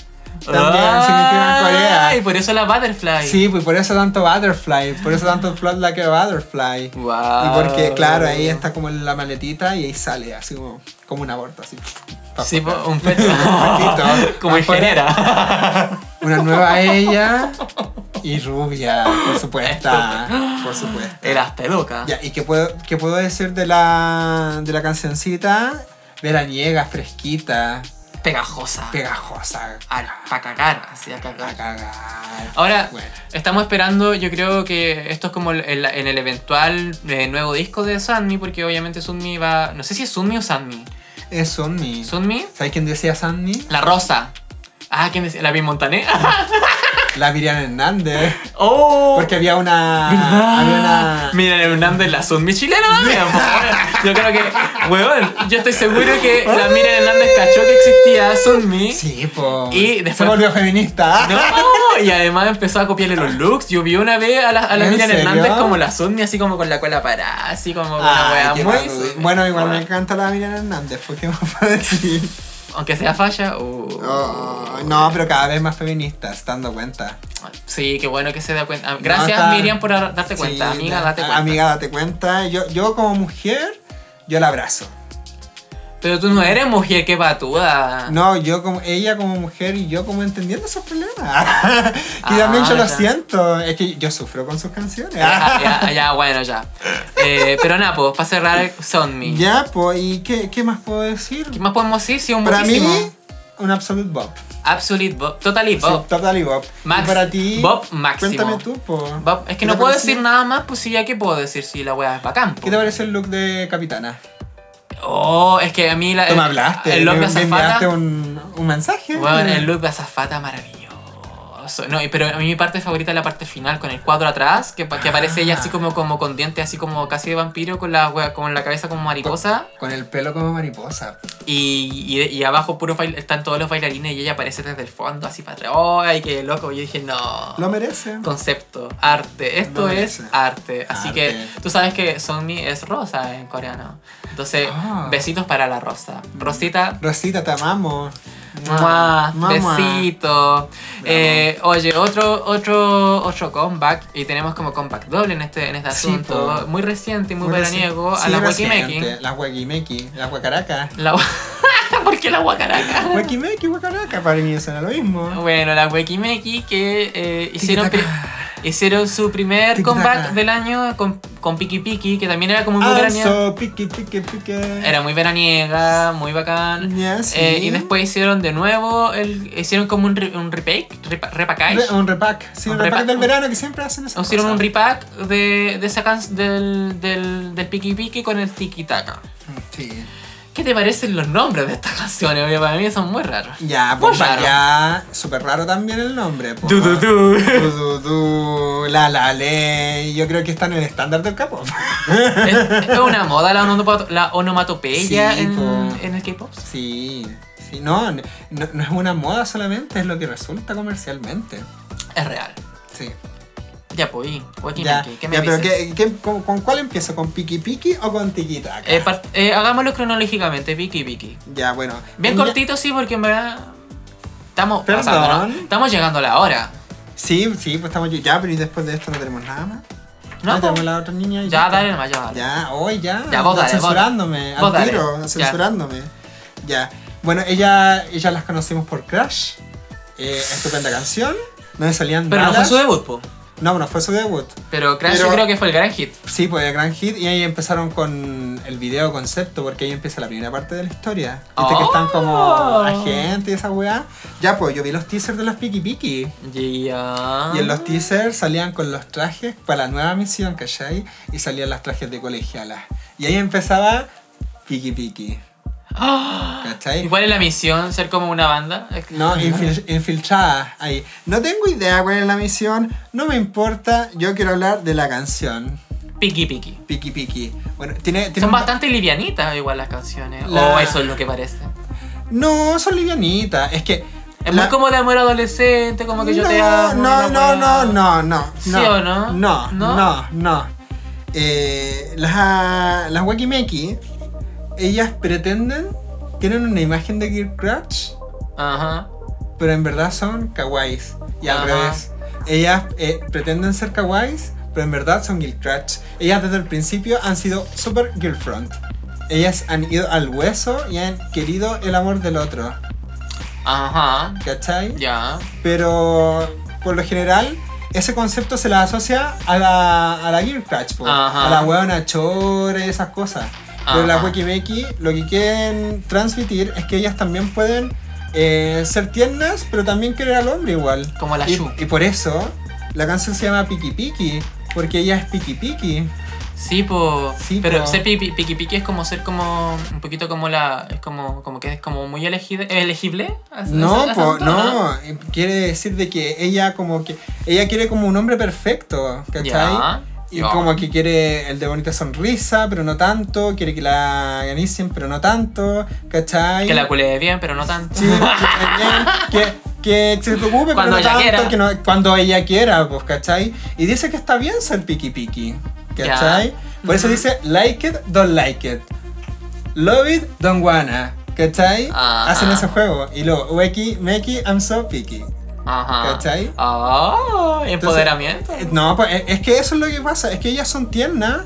También significa en Corea.
Ah, Y por eso la butterfly.
Sí, pues por eso tanto Butterfly, por eso tanto Flood Like a Butterfly.
Wow.
Y
Ah,
porque, claro, ahí está como la maletita y ahí sale, así como, como un aborto, así. pa'
Sí,
afuera.
po, un feto.
poquito.
Como ingeniera.
Una nueva ella y rubia, por supuesto. Por supuesto.
De las pelucas.
Ya, ¿y qué puedo, qué puedo decir de la, de la cancioncita? Veraniega, fresquita,
Pegajosa.
pegajosa.
Para cagar, así a cagar.
A cagar.
Ahora,
Bueno.
estamos esperando, yo creo que esto es como el- el- en el eventual eh, nuevo disco de Sunmi, porque obviamente Sunmi va... No sé si es Sunmi o Sunmi.
Es Sunmi.
¿Sunmi?
¿Sabes quién decía Sunmi?
La Rosa. Ah, ¿quién decía? ¿La Bim Montané?
La Miriam Hernández.
¡Oh!
Porque había una. Había una.
Mira, Hernández, la Sunmi chilena también, po, weón. Yo creo que, weón, yo estoy seguro que la Mira Hernández cachó que existía Sunmi.
Sí, po.
Y
Se
después-
volvió feminista.
No, y además empezó a copiarle los looks. Yo vi una vez a la, a la
¿En
Miriam
serio?
Hernández como la Sunmi, así como con la cola parada, así como
Ay,
una
qué
wea muy.
raro. bueno, igual me
Bueno,
encanta la Miriam Hernández, porque me puedo decir.
Aunque sea falla, uh,
Oh, no, pero cada vez más feministas, dando cuenta.
Sí, qué bueno que se da cuenta. Gracias,
está-
Miriam, por dar- darte cuenta.
Sí,
amiga,
da-
date cuenta.
Amiga, date cuenta. Yo, yo como mujer, yo la abrazo.
Pero tú no eres mujer, qué patuda.
No, yo como ella como mujer y yo como entendiendo esos problemas. y
Ah,
también yo lo
ya. Ah,
siento. Es que yo sufro con sus canciones. Ah,
Ya, ya, ya, bueno, ya. Eh, pero nada, pues, para cerrar, son me.
ya, pues, ¿y qué, qué más puedo decir?
¿Qué más podemos decir? Sí, un
Para mí,
muchísimo.
un absolute bop.
Absolute Bob. Totally
Sí,
Bob.
totally bop.
Max-
y para ti,
bop máximo.
cuéntame tú, po.
Bob. Es que
¿Qué
no
te
puedo
pareció?
decir nada más, pues sí, ya que puedo decir si la wea es bacán. po.
¿Qué te parece el look de Capitana?
Oh, es que a mí la.
Tú
el-
me hablaste,
El look de
me, me enviaste
azafata.
un, un mensaje.
Weón, el look de azafata maravilloso. No, y- pero a mí mi parte favorita es la parte final, con el cuadro atrás, que, pa- que aparece ella así
Ah.
como, como con dientes, así como casi de vampiro, con la, wea- con la cabeza como mariposa.
Con el pelo como mariposa.
Y, y, y abajo puro bail- están todos los bailarines y ella aparece desde el fondo, así para atrás. ¡Oh, ay, qué loco! Yo dije, no.
Lo merece.
Concepto, arte. Esto
Lo
es
merece.
arte. Así
Arte.
que tú sabes que Songmi es rosa en coreano. Entonces,
Ah. Mm.
besitos para la rosa. Rosita.
Rosita, te amamos.
Mua,
Mamá.
besito. Eh, oye, otro, otro, otro comeback. Y tenemos como comeback doble en este, en este
Sí,
asunto.
po.
muy reciente y muy,
Muy
veraniego.
reci-
a
sí,
la
reciente.
Wakimeki.
La Wakimeki, la Guacaraca.
La... ¿Por qué la guacaraca?
Wakimeki, Guacaraca, para mí suena lo mismo.
Bueno, la Wekimeki que eh, hicieron, pri- hicieron su primer
Tiki-taka. Ah,
comeback del año con, con Piki Piki, que también era como muy veraniega.
Alzo, pique, pique, pique.
Era muy veraniega, muy bacán.
Ya, sí.
Eh, y después hicieron de nuevo, el, hicieron como un, re- un repack, repa- repackage.
Re- un repack. Sí,
Un
un, repack,
repack.
del verano que siempre hacen esas
Hicieron un
cosas.
repack de, de esa can- del, del, del Piki Piki con el Tiki Taka.
Sí.
¿Qué te parecen los nombres de estas canciones? Oye, Para mí son muy raros.
Ya,
Muy
pues
raro.
ya. Súper raro también el nombre. pues, po.
Du, du, du.
Du, du, du, la la ley. Yo creo que están en el estándar del capo.
es, es una moda la, onomato- la onomatopeya
Sí,
en,
po.
en el K-pop.
Sí, sí, no, no, no es una moda solamente, es lo que resulta comercialmente.
Es real.
Sí.
Ya, pues, y, Joaquín,
Ya,
¿qué, qué me
ya, pero
dices?
¿qué- qué- con, con cuál empiezo? ¿Con Piki Piki o con Tiki Taka?
Eh, par- eh, hagámoslo cronológicamente, Vicky, Vicky.
ya, bueno.
Bien
Ya-
cortito, sí, porque en verdad. Estamos
Perdón.
pasando, ¿no? Estamos llegando a la hora.
Sí, sí, pues estamos ya, pero y después de esto no tenemos nada más.
No, po.
Ah, tenemos la otra niña. y
ya,
está.
dale nomás, ya, dale.
Ya, hoy ya.
Ya, vos
Está
dale, vos
Censurándome,
Vos
al
dale.
tiro,
Ya.
censurándome. Ya. Bueno, ella, ella las conocimos por Crash. eh, estupenda canción. No le salían
Pero no fue
balas.
su debut, po.
No, no fue su debut.
Pero Crash yo
Pero-
creo que fue el gran hit.
Sí, pues el gran hit. Y ahí empezaron con el video concepto, porque ahí empieza la primera parte de la historia. Viste que están como
Oh.
agentes y esa weá. Ya, pues yo vi los teasers de los Piki Piki.
Ya.
Y en
Ah.
los teasers salían con los trajes para la nueva misión, ¿cachai? Y salían los trajes de colegialas. Y ahí empezaba Piki Piki,
Ah. ¿Y
¿cachai?
cuál es la misión? ¿Ser como una banda?
No, infil- infiltrada ahí. No tengo idea cuál es la misión, no me importa, yo quiero hablar de la canción.
Piki, Piki.
Piki Piki. Bueno, tiene... tiene
Son
un-
bastante livianitas igual las canciones.
La-
O eso es lo que parece.
No, son livianitas. Es que.
Es
la-
muy como de amor adolescente, como que yo
no,
te amo.
No, no,
la
no,
weá.
no, no.
¿Sí o no?
No,
¿No?
no, no. Eh, las, las Wakimeki, ellas pretenden, tienen una imagen de Gear Crouch,
Ajá.
pero en verdad son kawaiis. Y al
Ajá.
revés. Ellas eh, pretenden ser kawaiis, pero en verdad son girl crush. Ellas desde el principio han sido super girl front. Ellas han ido al hueso y han querido el amor del otro,
Ajá.
¿cachai?
Ya.
Pero por lo general, ese concepto se la asocia a la, a la girl crush, po.
Ajá.
a la hueona chore, esas cosas. Pero las
Ajá.
Wekibeki lo que quieren transmitir es que ellas también pueden eh, ser tiernas, pero también querer al hombre igual.
Como la
y,
Shu.
y por eso la canción se llama Piki Piki, porque ella es Piki Piki.
Sí, po.
Sí,
pero
po.
ser pi- pi- piqui piqui es como ser como un poquito como la. Es como, como que es como muy elegide- elegible. ¿Es- es-
No,
es
po,
asunto, no?
no, eh, quiere decir de que ella como que ella quiere como un hombre perfecto, ¿cachai?
Ya.
Y
ya.
como que quiere el de bonita sonrisa, pero no tanto, quiere que la ganicen, pero no tanto, ¿cachai?
Que la culé bien, pero no tanto.
Sí, que, que- que se preocupe,
Cuando
pero no
ella
tanto,
quiera.
que no- cuando ella quiera, pues, ¿cachai? Y dice que está bien ser piqui piqui,
Ya.
¿cachai? Por eso
Ujú.
dice like it, don't like it. Love it, don't wanna. ¿Cachai?
Ah.
Hacen ese juego. Y luego, Weki, Meki, I'm so picky.
Ajá.
¿Cachai?
Ah, empoderamiento.
Eh, No, pues eh, es que eso es lo que pasa, es que ellas son tiernas,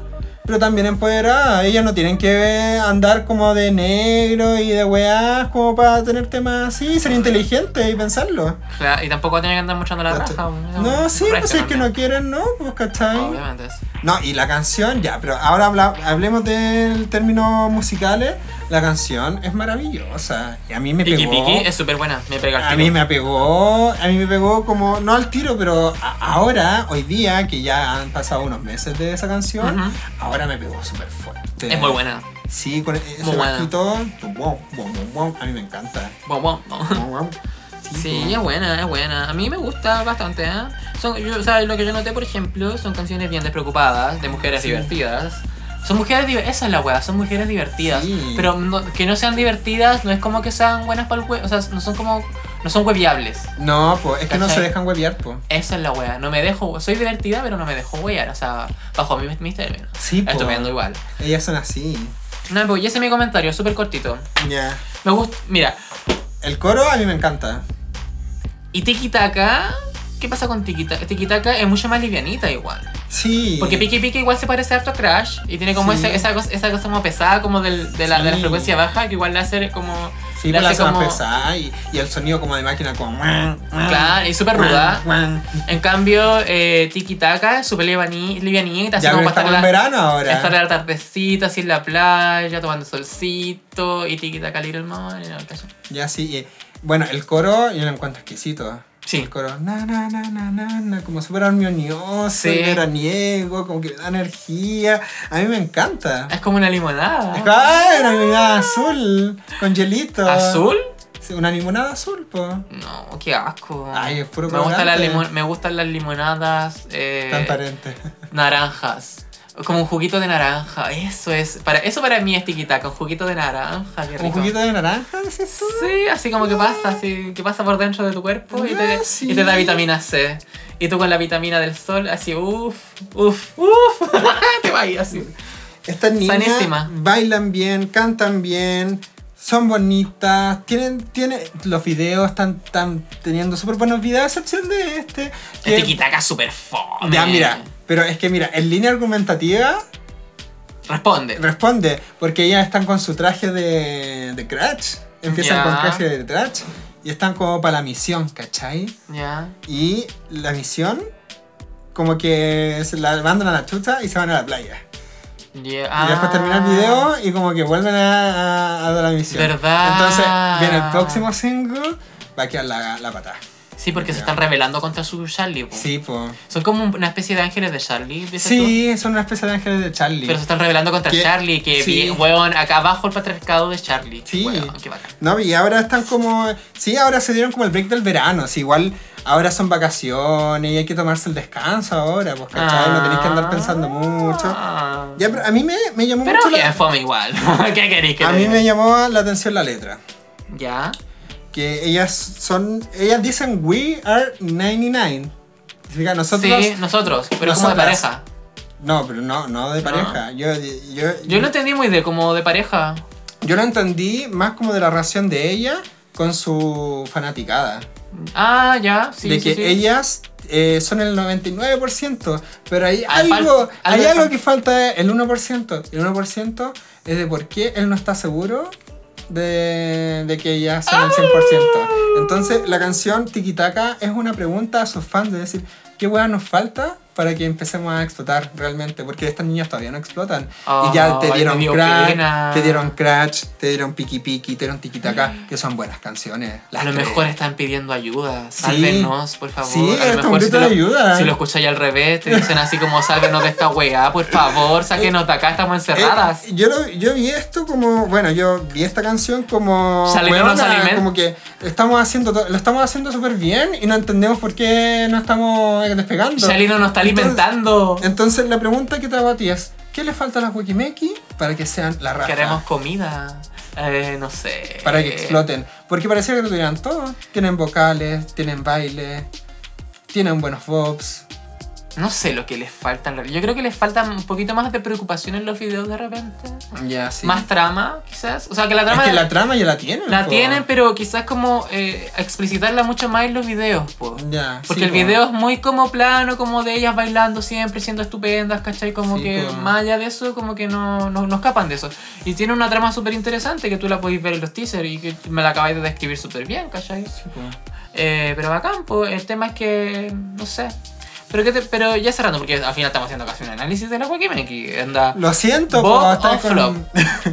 pero también empoderadas. Ellas no tienen que andar como de negro y de weás como para tener temas así, ser inteligentes y pensarlo.
Claro, y tampoco tiene que andar mostrando la
¿Cachai?
raja.
No, sí, pues si es que no
también.
quieren, no, pues ¿cachai?
Obviamente. es-
No, y la canción, ya, pero ahora habla- hablemos del término musicales. La canción es maravillosa. Y a mí me
Piqui
pegó.
piqui es súper buena. Me pega el
A
tiro.
mí me pegó, a mí me pegó como, no al tiro, pero a- ahora, hoy día, que ya han pasado unos meses de esa canción,
Ujú.
ahora me pegó súper fuerte.
Es muy buena.
Sí, con ese
Muy buena.
bajito, tu wow, wow, wow, wow, a mí me encanta.
Bom, bom, bom.
Wow, wow.
Sí,
wow.
es buena, es buena. A mí me gusta bastante, ¿eh? Son, yo, o sea, lo que yo noté, por ejemplo, son canciones bien despreocupadas, de mujeres
Sí.
divertidas. Son mujeres divertidas, esa es la weá, son mujeres divertidas.
Sí.
Pero no- que no sean divertidas no es como que sean buenas para el hue... O sea, no son como... No son hueviables.
No, pues, es que no se
¿Cachai?
dejan huevear, pues.
Esa es la weá. No me dejo... Soy divertida, pero no me dejo huear. O sea, bajo mis, mis términos.
Sí, po.
Estupendo igual.
Ellas son así.
No, pues, y ese es mi comentario, súper cortito.
Ya.
Me gusta... Mira,
El coro a mí me encanta.
y Tiki Taka... ¿Qué pasa con Tiki Taka? Tiki Taka es mucho más livianita igual.
Sí.
Porque Piki Piki igual se parece harto a Crash y tiene como
Sí.
ese- esa, cosa, esa cosa como pesada, como del- de, la, de la
Sí.
frecuencia baja, que igual le hace como.
Sí,
le
pero la
hace
hace más
como.
pesada y, y el sonido como de máquina como...
Claro, y súper ruda. En cambio, eh, Tiki Taka es súper liviani- livianita, así
Ya,
como
pero
para estar
estamos
en
en
la,
verano ¿eh? ahora.
estar en la tardecita, así en la playa, tomando solcito y Tiki Taka Little Mom. y no, el caso.
Ya sí, y- bueno, el coro yo lo encuentro exquisito.
Sí.
El coro, na na na na na, na, como súper armonioso,
Sí.
veraniego, como que le da energía. A mí me encanta.
Es como una limonada.
Es como, ¡Ay, una limonada azul! Con hielito.
¿Azul?
Sí, una limonada azul, po.
No, qué asco.
Ay, es puro
me, gusta la
colorante.
limon- me gustan las limonadas. Eh,
Transparente.
Naranjas. Como un juguito de naranja. Eso es. Para, eso para mí es tiquitaca, un juguito de naranja. Qué rico.
¿Un juguito de naranja, dices tú?
Sí, así como que pasa, así que pasa por dentro de tu cuerpo y te,
Ah, sí.
y te da vitamina C. Y tú con la vitamina del sol, así, uff, uff, uff, te va a ir así.
Estas niñas
Sanísima.
bailan bien, cantan bien, son bonitas, tienen, tienen los videos están, están teniendo súper buenos videos, a excepción de este.
Es tiquitaca super fome.
Ya, mira, pero es que mira, en línea argumentativa
Responde.
responde, porque ellas están con su traje de, de Crash, empiezan
Ya.
con traje de Crash y están como para la misión, ¿cachai?
Ya.
Y la misión, como que se la mandan a la chuta y se van a la playa.
ya.
Y después termina el video y como que vuelven a, a- a la misión.
¿Verdad?
Entonces, viene el próximo single, va a quedar la, la patada.
Sí, porque
Ya.
se están rebelando contra su Charlie. po.
Sí, pues.
Son como una especie de ángeles de Charlie. ¿dices tú?
Sí, son una especie de ángeles de Charlie.
Pero se están revelando contra
Que-
Charlie, que
sí.
bien, weón, acá abajo el patriarcado de Charlie.
Sí.
Weón, qué bacán.
No, y ahora están como. Sí, ahora se dieron como el break del verano. Sí, igual ahora son vacaciones y hay que tomarse el descanso ahora, pues, ¿cachai? No tenéis que andar pensando mucho.
Ah.
Ya, pero a mí me, me llamó
Pero
mucho
bien,
la,
fome igual. ¿Qué queréis que
A
te
mí
diga?
me llamó la atención la letra.
Ya.
Que ellas son. Ellas dicen We are 99. Significa nosotros.
sí, nosotros, pero como de
nosotras.
pareja.
No, pero no, no de pareja. Yo, yo,
Yo lo entendí muy de como de pareja.
yo lo entendí más como de la relación de ella con su fanaticada.
Ah, ya, sí.
de
sí,
que
sí.
ellas eh, son el 99%, pero hay
Ah, fal-
algo, hay
algo-
algo que falta, el 1%. El 1% es de por qué él no está seguro de, de que ellas son el 100%.
¡Ah!
Entonces, la canción Tiki Taka es una pregunta a sus fans de decir, ¿qué hueá nos falta? Para que empecemos a explotar realmente, porque estas niñas todavía no explotan.
Ah,
y ya te
ay,
dieron
me dio pena.
crash, te dieron crash, te dieron piki piki, te dieron tiki taka, que son buenas canciones.
A
las
lo
tres.
mejor están pidiendo ayuda.
Sí.
Sálvenos, por favor.
Sí,
a lo
hasta un
mejor
grito de
si lo,
ayuda. ¿eh?
Si lo escucháis al revés, te dicen así como sálvenos de esta weá, por favor, sáquenos de acá, estamos encerradas.
Eh, yo, lo- yo vi esto como, bueno, yo vi esta canción como,
Sale que no
weona,
sale bien.
como que estamos haciendo, to- lo estamos haciendo súper bien y no entendemos por qué no estamos eh, despegando.
Shalino nos
Entonces-
está alimentando.
Entonces la pregunta que te hago a ti es, ¿qué le falta a las Wikimeki para que sean la raja?
Queremos comida. Eh, no sé.
Para que exploten. Porque parecía que lo tuvieran todo. Tienen vocales, tienen baile, tienen buenos bobs.
No sé lo que les falta. en realidad. Yo creo que les falta un poquito más de preocupación en los videos de repente.
Ya, sí.
Más trama, quizás. O sea, que la
es
trama
que la trama ya la tienen.
la
po.
tienen, pero quizás como eh, explicitarla mucho más en los videos, po.
Ya,
Porque
sí,
el
po.
video es muy como plano, como de ellas bailando siempre, siendo estupendas, ¿cachai? Como
Sí,
que
po.
más allá de eso, como que no, no, no escapan de eso. Y tiene una trama súper interesante que tú la podéis ver en los teasers y que me la acabáis de describir súper bien, ¿cachai?
Sí, po.
Eh, pero bacán, po. el tema es que, no sé. Pero, que te- pero ya cerrando, porque al final estamos haciendo casi un análisis de la Wakimenki. Anda,
Lo siento,
Bob
po, estáis
o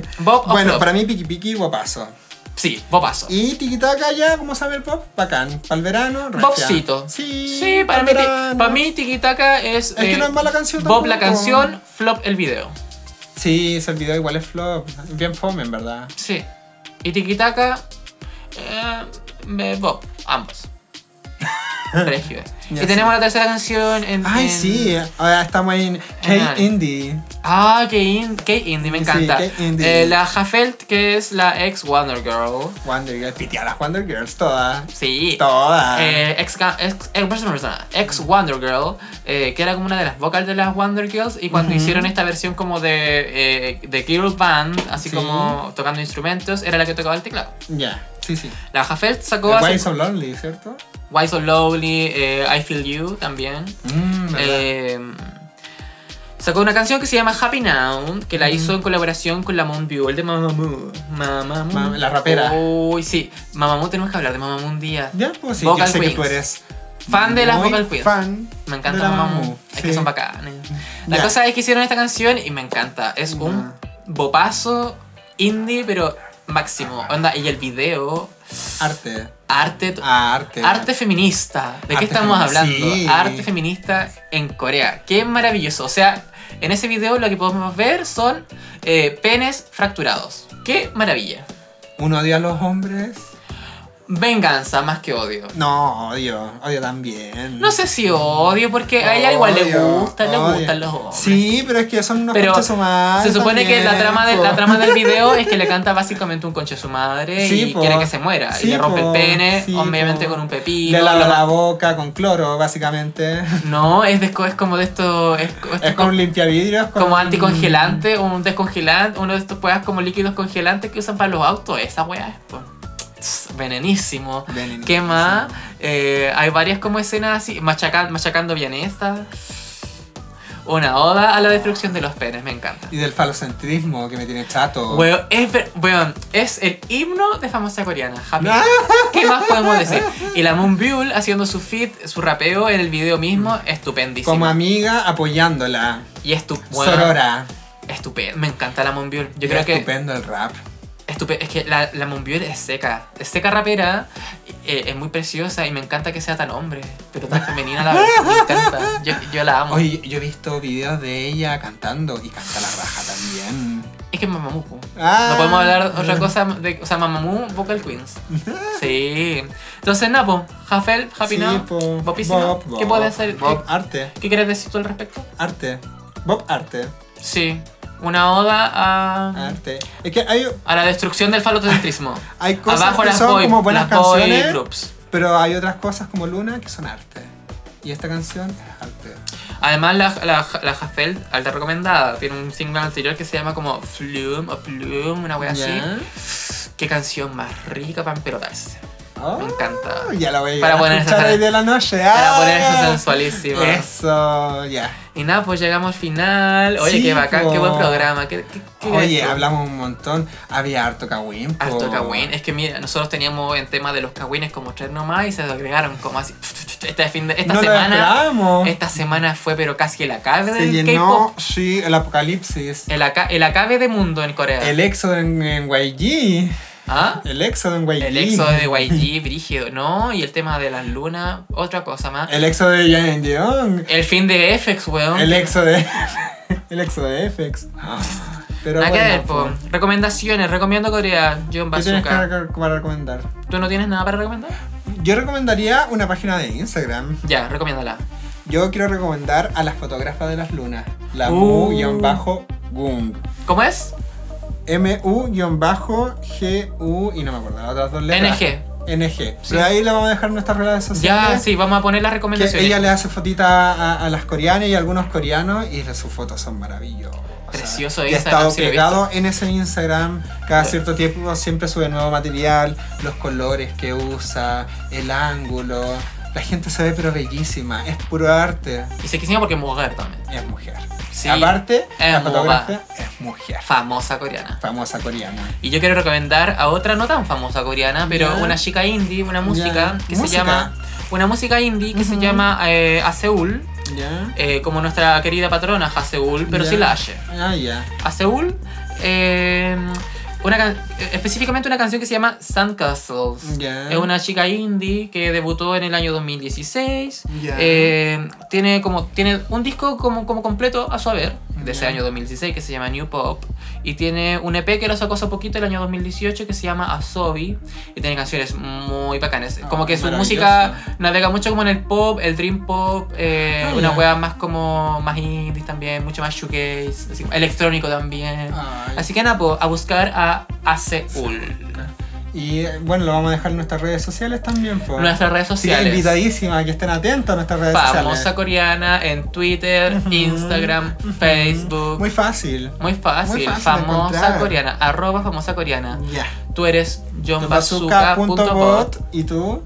Bob o
Bueno,
flop.
para mí Piki Piki guapazo.
Sí, bobazo.
Y Tikitaka ya, como sabe el pop, bacán. Para el verano, regia.
Bobcito.
Sí,
Sí, para
pa'l
mí, ti-
verano.
para mí Tiki Taka es. eh,
Es que no es mala canción
Bob la
tampoco.
canción, flop el video.
Sí, ese video igual es flop. Bien fome, en verdad.
Sí. Y Tiki Taka. eh, me- Bob, ambos. Regio. y
Ya
tenemos la tercera canción en.
Ay,
en-
sí, ahora estamos en
Genial.
K-Indie.
Ah, qué, in- qué indie, me
Sí,
encanta.
qué indie.
Eh, la Hafelt, que es la ex Wonder Girl.
Wonder Girls. Pité a las Wonder Girls todas.
Sí.
Todas.
Eh, ex, ca- ex, ex- persona, persona, ex Wonder Girl, eh, que era como una de las vocals de las Wonder Girls, y cuando
Ujú.
hicieron esta versión como de, eh, de girl band, así
Sí.
como tocando instrumentos, era la que tocaba el teclado.
Ya, sí, sí.
La Hafelt sacó
Why
hace-
So Lonely, ¿cierto?
Why So Lovely, eh, I Feel You también.
Mmm,
Eh, sacó una canción que se llama Happy Now, que la hizo en colaboración con la Moon el de Mamamoo. Mamamoo.
Mam- la rapera.
Uy, sí. Mamamoo tenemos que hablar de Mamamoo un día.
ya, pues sí, yo
Vocal
sé que
Queens.
tú eres
Fan de las
muy
Vocal Queens.
Fan.
Me
de
encanta
la
Mamamoo.
Mamamoo,
Es
sí.
que son bacanes. La
Ya.
cosa es que hicieron esta canción y me encanta. Es un bopazo indie, pero máximo. Onda, y el video,
Arte.
arte.
Ah, arte.
Arte feminista. ¿De
Arte
qué estamos
femi-
hablando?
sí.
Arte feminista en Corea. Qué maravilloso. O sea, en ese video lo que podemos ver son eh, penes fracturados. Qué maravilla.
Uno odia a los hombres.
Venganza más que odio.
No, odio, odio también.
No sé si odio, porque a ella igual le
Odio,
gusta, le
odio.
gustan los hombres.
Sí, pero es que son unos
Pero
conchas su madre
Se supone que la
también,
trama, de-
po.
la trama del video es que le canta básicamente un conche a su madre
Sí,
y
po.
quiere que se muera.
Sí,
y le rompe
po.
el pene,
Sí,
obviamente
po.
con un pepino.
Le lava
lo-
la boca con cloro, básicamente.
No, es, de- es como de esto. Es, esto
Es con limpiavidrios. con-
como anticongelante, un descongelante, uno de estos weas como líquidos congelantes que usan para los autos. Esa wea es po, tss, venenísimo.
Veneno.
¿Qué más? Eh, hay varias como escenas así, machaca- machacando vienesa. Una oda a la destrucción de los penes, me encanta.
Y del falocentrismo que me tiene chato.
Weón, es, ver- weón, es el himno de famosa coreana.
Ah,
Happy. ¿Qué más podemos decir? Y la Moonbyul haciendo su fit, su rapeo en el video mismo, estupendísimo.
Como amiga apoyándola.
y estu weón,
Sorora.
estupendo. Me encanta la Moonbyul. Yo
Y
creo que
Estupendo el rap.
Estupe- es que la, la Monbiol es seca, es seca rapera, eh, es muy preciosa y me encanta que sea tan hombre, pero tan femenina la vez, me encanta, yo, yo la amo.
Oye, yo he visto videos de ella cantando y canta la raja también.
Es que es Mamamoo, po.
Ah.
no podemos hablar otra cosa, de, o sea, Mamamoo, Vocal Queens. Sí, entonces Napo, Jafel, Happy
Sí,
Now,
po.
Bopísimo,
Bob,
¿qué
Bob,
puede hacer?
Bob
¿Qué,
arte,
qué quieres decir tú al respecto?
arte. Bob arte,
Sí, una oda a,
arte. Es que hay,
a la destrucción del falocentrismo.
hay cosas
Abajo
que
las
son
boy,
como buenas
las boy
canciones,
groups.
pero hay otras cosas como Luna que son arte. Y esta canción es arte.
Además, la, la, la Hafeld, alta recomendada, tiene un single anterior que se llama como Flume o Plume, una wea
Ya.
así. Qué canción más rica para emperotarse.
Oh,
Me encanta.
ya la voy a
Para
llegar
poner
a
esa
escuchar
sal-
hoy de la noche.
Para
ah.
ponerse sensualísimo.
Eh. Eso, ya.
Y nada, pues llegamos al final. Oye,
Sí,
qué bacán,
po.
qué buen programa. Qué, qué- qué
Oye,
esto.
hablamos un montón. Había harto cagüín. po.
Harto cagüín. Es que mira, nosotros teníamos en tema de los cagüines como tres nomás y se agregaron como así. Este fin de- esta
no Lo
semana.
esperábamos.
Esta semana fue pero casi el acabe
Se
del
llenó,
K-pop.
sí, el apocalipsis.
El, aca- el acabe de mundo en Corea.
El éxodo en, en YG.
¿Ah?
El éxodo en YG.
El éxodo de YG, brígido, ¿no? Y el tema de las lunas, otra cosa más.
El éxodo de Yang Yeon.
El fin de FX, weón.
El éxodo de. el éxodo de FX. Pero
Nada que
bueno,
ver, po. Recomendaciones, recomiendo Corea, John
¿Qué tienes que
Bazooka.
reco- para recomendar?
¿Tú no tienes nada para recomendar?
Yo recomendaría una página de Instagram.
Ya, recomiéndala.
Yo quiero recomendar a la fotógrafa de las lunas, la
Uh.
mu-gung.
¿Cómo es?
mu-gu y no me acuerdo las otras dos letras.
NG.
NG.
Sí.
Pero ahí le vamos a dejar nuestras redes
Ya,
sociales.
sí, vamos a poner las
Que
recomendaciones.
ella le hace fotitas a, a las coreanas y a algunos coreanos y las- sus fotos son maravillosas.
Precioso
y ha
Instagram,
estado
sí lo he
pegado en ese Instagram. Cada
Sí.
cierto tiempo siempre sube nuevo material, los colores que usa, el ángulo. La gente se ve pero bellísima. Es puro arte.
Y se quisiera porque es mujer también.
Es mujer.
Sí.
Aparte,
Es
la
mujer.
fotógrafa es mujer.
Famosa coreana.
Famosa coreana.
Y yo quiero recomendar a otra no tan famosa coreana, pero
Ya.
una chica indie, una
Ya.
música que se
Música.
llama. Una música indie que se
Ujú.
llama eh, A Seúl,
¿Ya?
eh, como nuestra querida patrona A Seúl, pero
Ya.
sí la hace.
Ah, ya.
a Seúl. eh, una can- eh, específicamente una canción que se llama Sandcastles.
Ya.
Es una chica indie que debutó en el año 2016.
Ya.
Eh, tiene, como, tiene un disco como, como completo a su haber, de ese
Ya.
año 2016, que se llama New Pop. Y tiene un EP que lo sacó hace poquito, el año 2018, que se llama Asobi. Y tiene canciones muy bacanas.
Ah,
Como que su
maravilloso.
música navega mucho como en el pop, el dream pop, eh,
Ah,
una
ya.
wea más como más indie también, mucho más shoegaze, así, electrónico también.
Ay.
Así que nada, po, a buscar a Aseul.
Y eh, bueno, lo vamos a dejar en nuestras redes sociales también. po.
Nuestras redes
Sí,
sociales.
invitadísima a que estén atentos a nuestras redes
Famosa
sociales.
coreana en Twitter,
Ujú,
Instagram,
ujú.
Facebook.
Muy fácil.
Muy fácil,
Muy fácil de
famosa
encontrar.
coreana, arroba famosa coreana.
Ya.
Tú eres johnbazooka.bot,
Bazooka.bot y tú.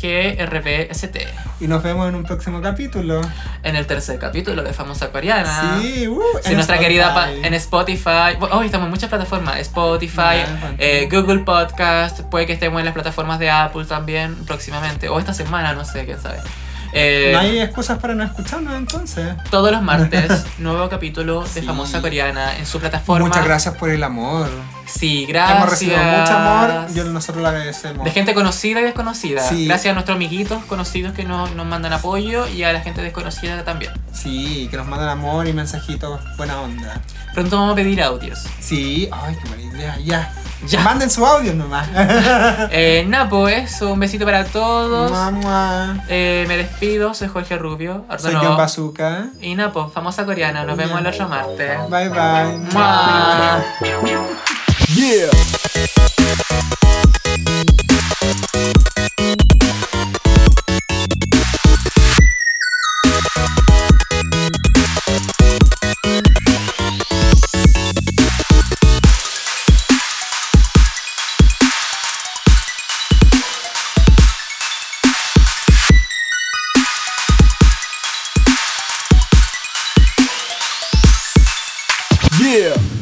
jrgrpst,
Y nos vemos en un próximo capítulo.
en el tercer capítulo de Famosa Coreana.
Sí, uh,
Sí,
en
nuestra
Spotify.
querida pa- en Spotify. Bueno, hoy estamos en muchas plataformas. Spotify,
Ya,
eh, Google Podcast. Puede que estemos en las plataformas de Apple también próximamente. O esta semana, no sé, quién sabe. Eh,
No hay excusas para no escucharnos entonces.
Todos los martes, nuevo capítulo de
Sí.
Famosa Coreana en su plataforma.
Muchas gracias por el amor.
Sí, gracias.
Hemos recibido mucho amor. Yo, nosotros lo agradecemos.
De gente conocida y desconocida.
Sí.
Gracias a nuestros amiguitos conocidos que nos, nos mandan apoyo y a la gente desconocida también.
Sí, que nos mandan amor y mensajitos. Buena onda.
Pronto vamos a pedir audios.
Sí, ay, qué buena idea. Ya.
Ya.
Manden su audio nomás.
Eh, nada, pues, eso, un besito para todos.
Mamá.
Eh, me despido, soy Jorge Rubio.
Soy
Arturo
John
Novoa.
Bazooka.
Y nada, pues, famosa coreana. Nos vemos el otro martes.
Bye bye.
¡Mua!
Yeah. Yeah.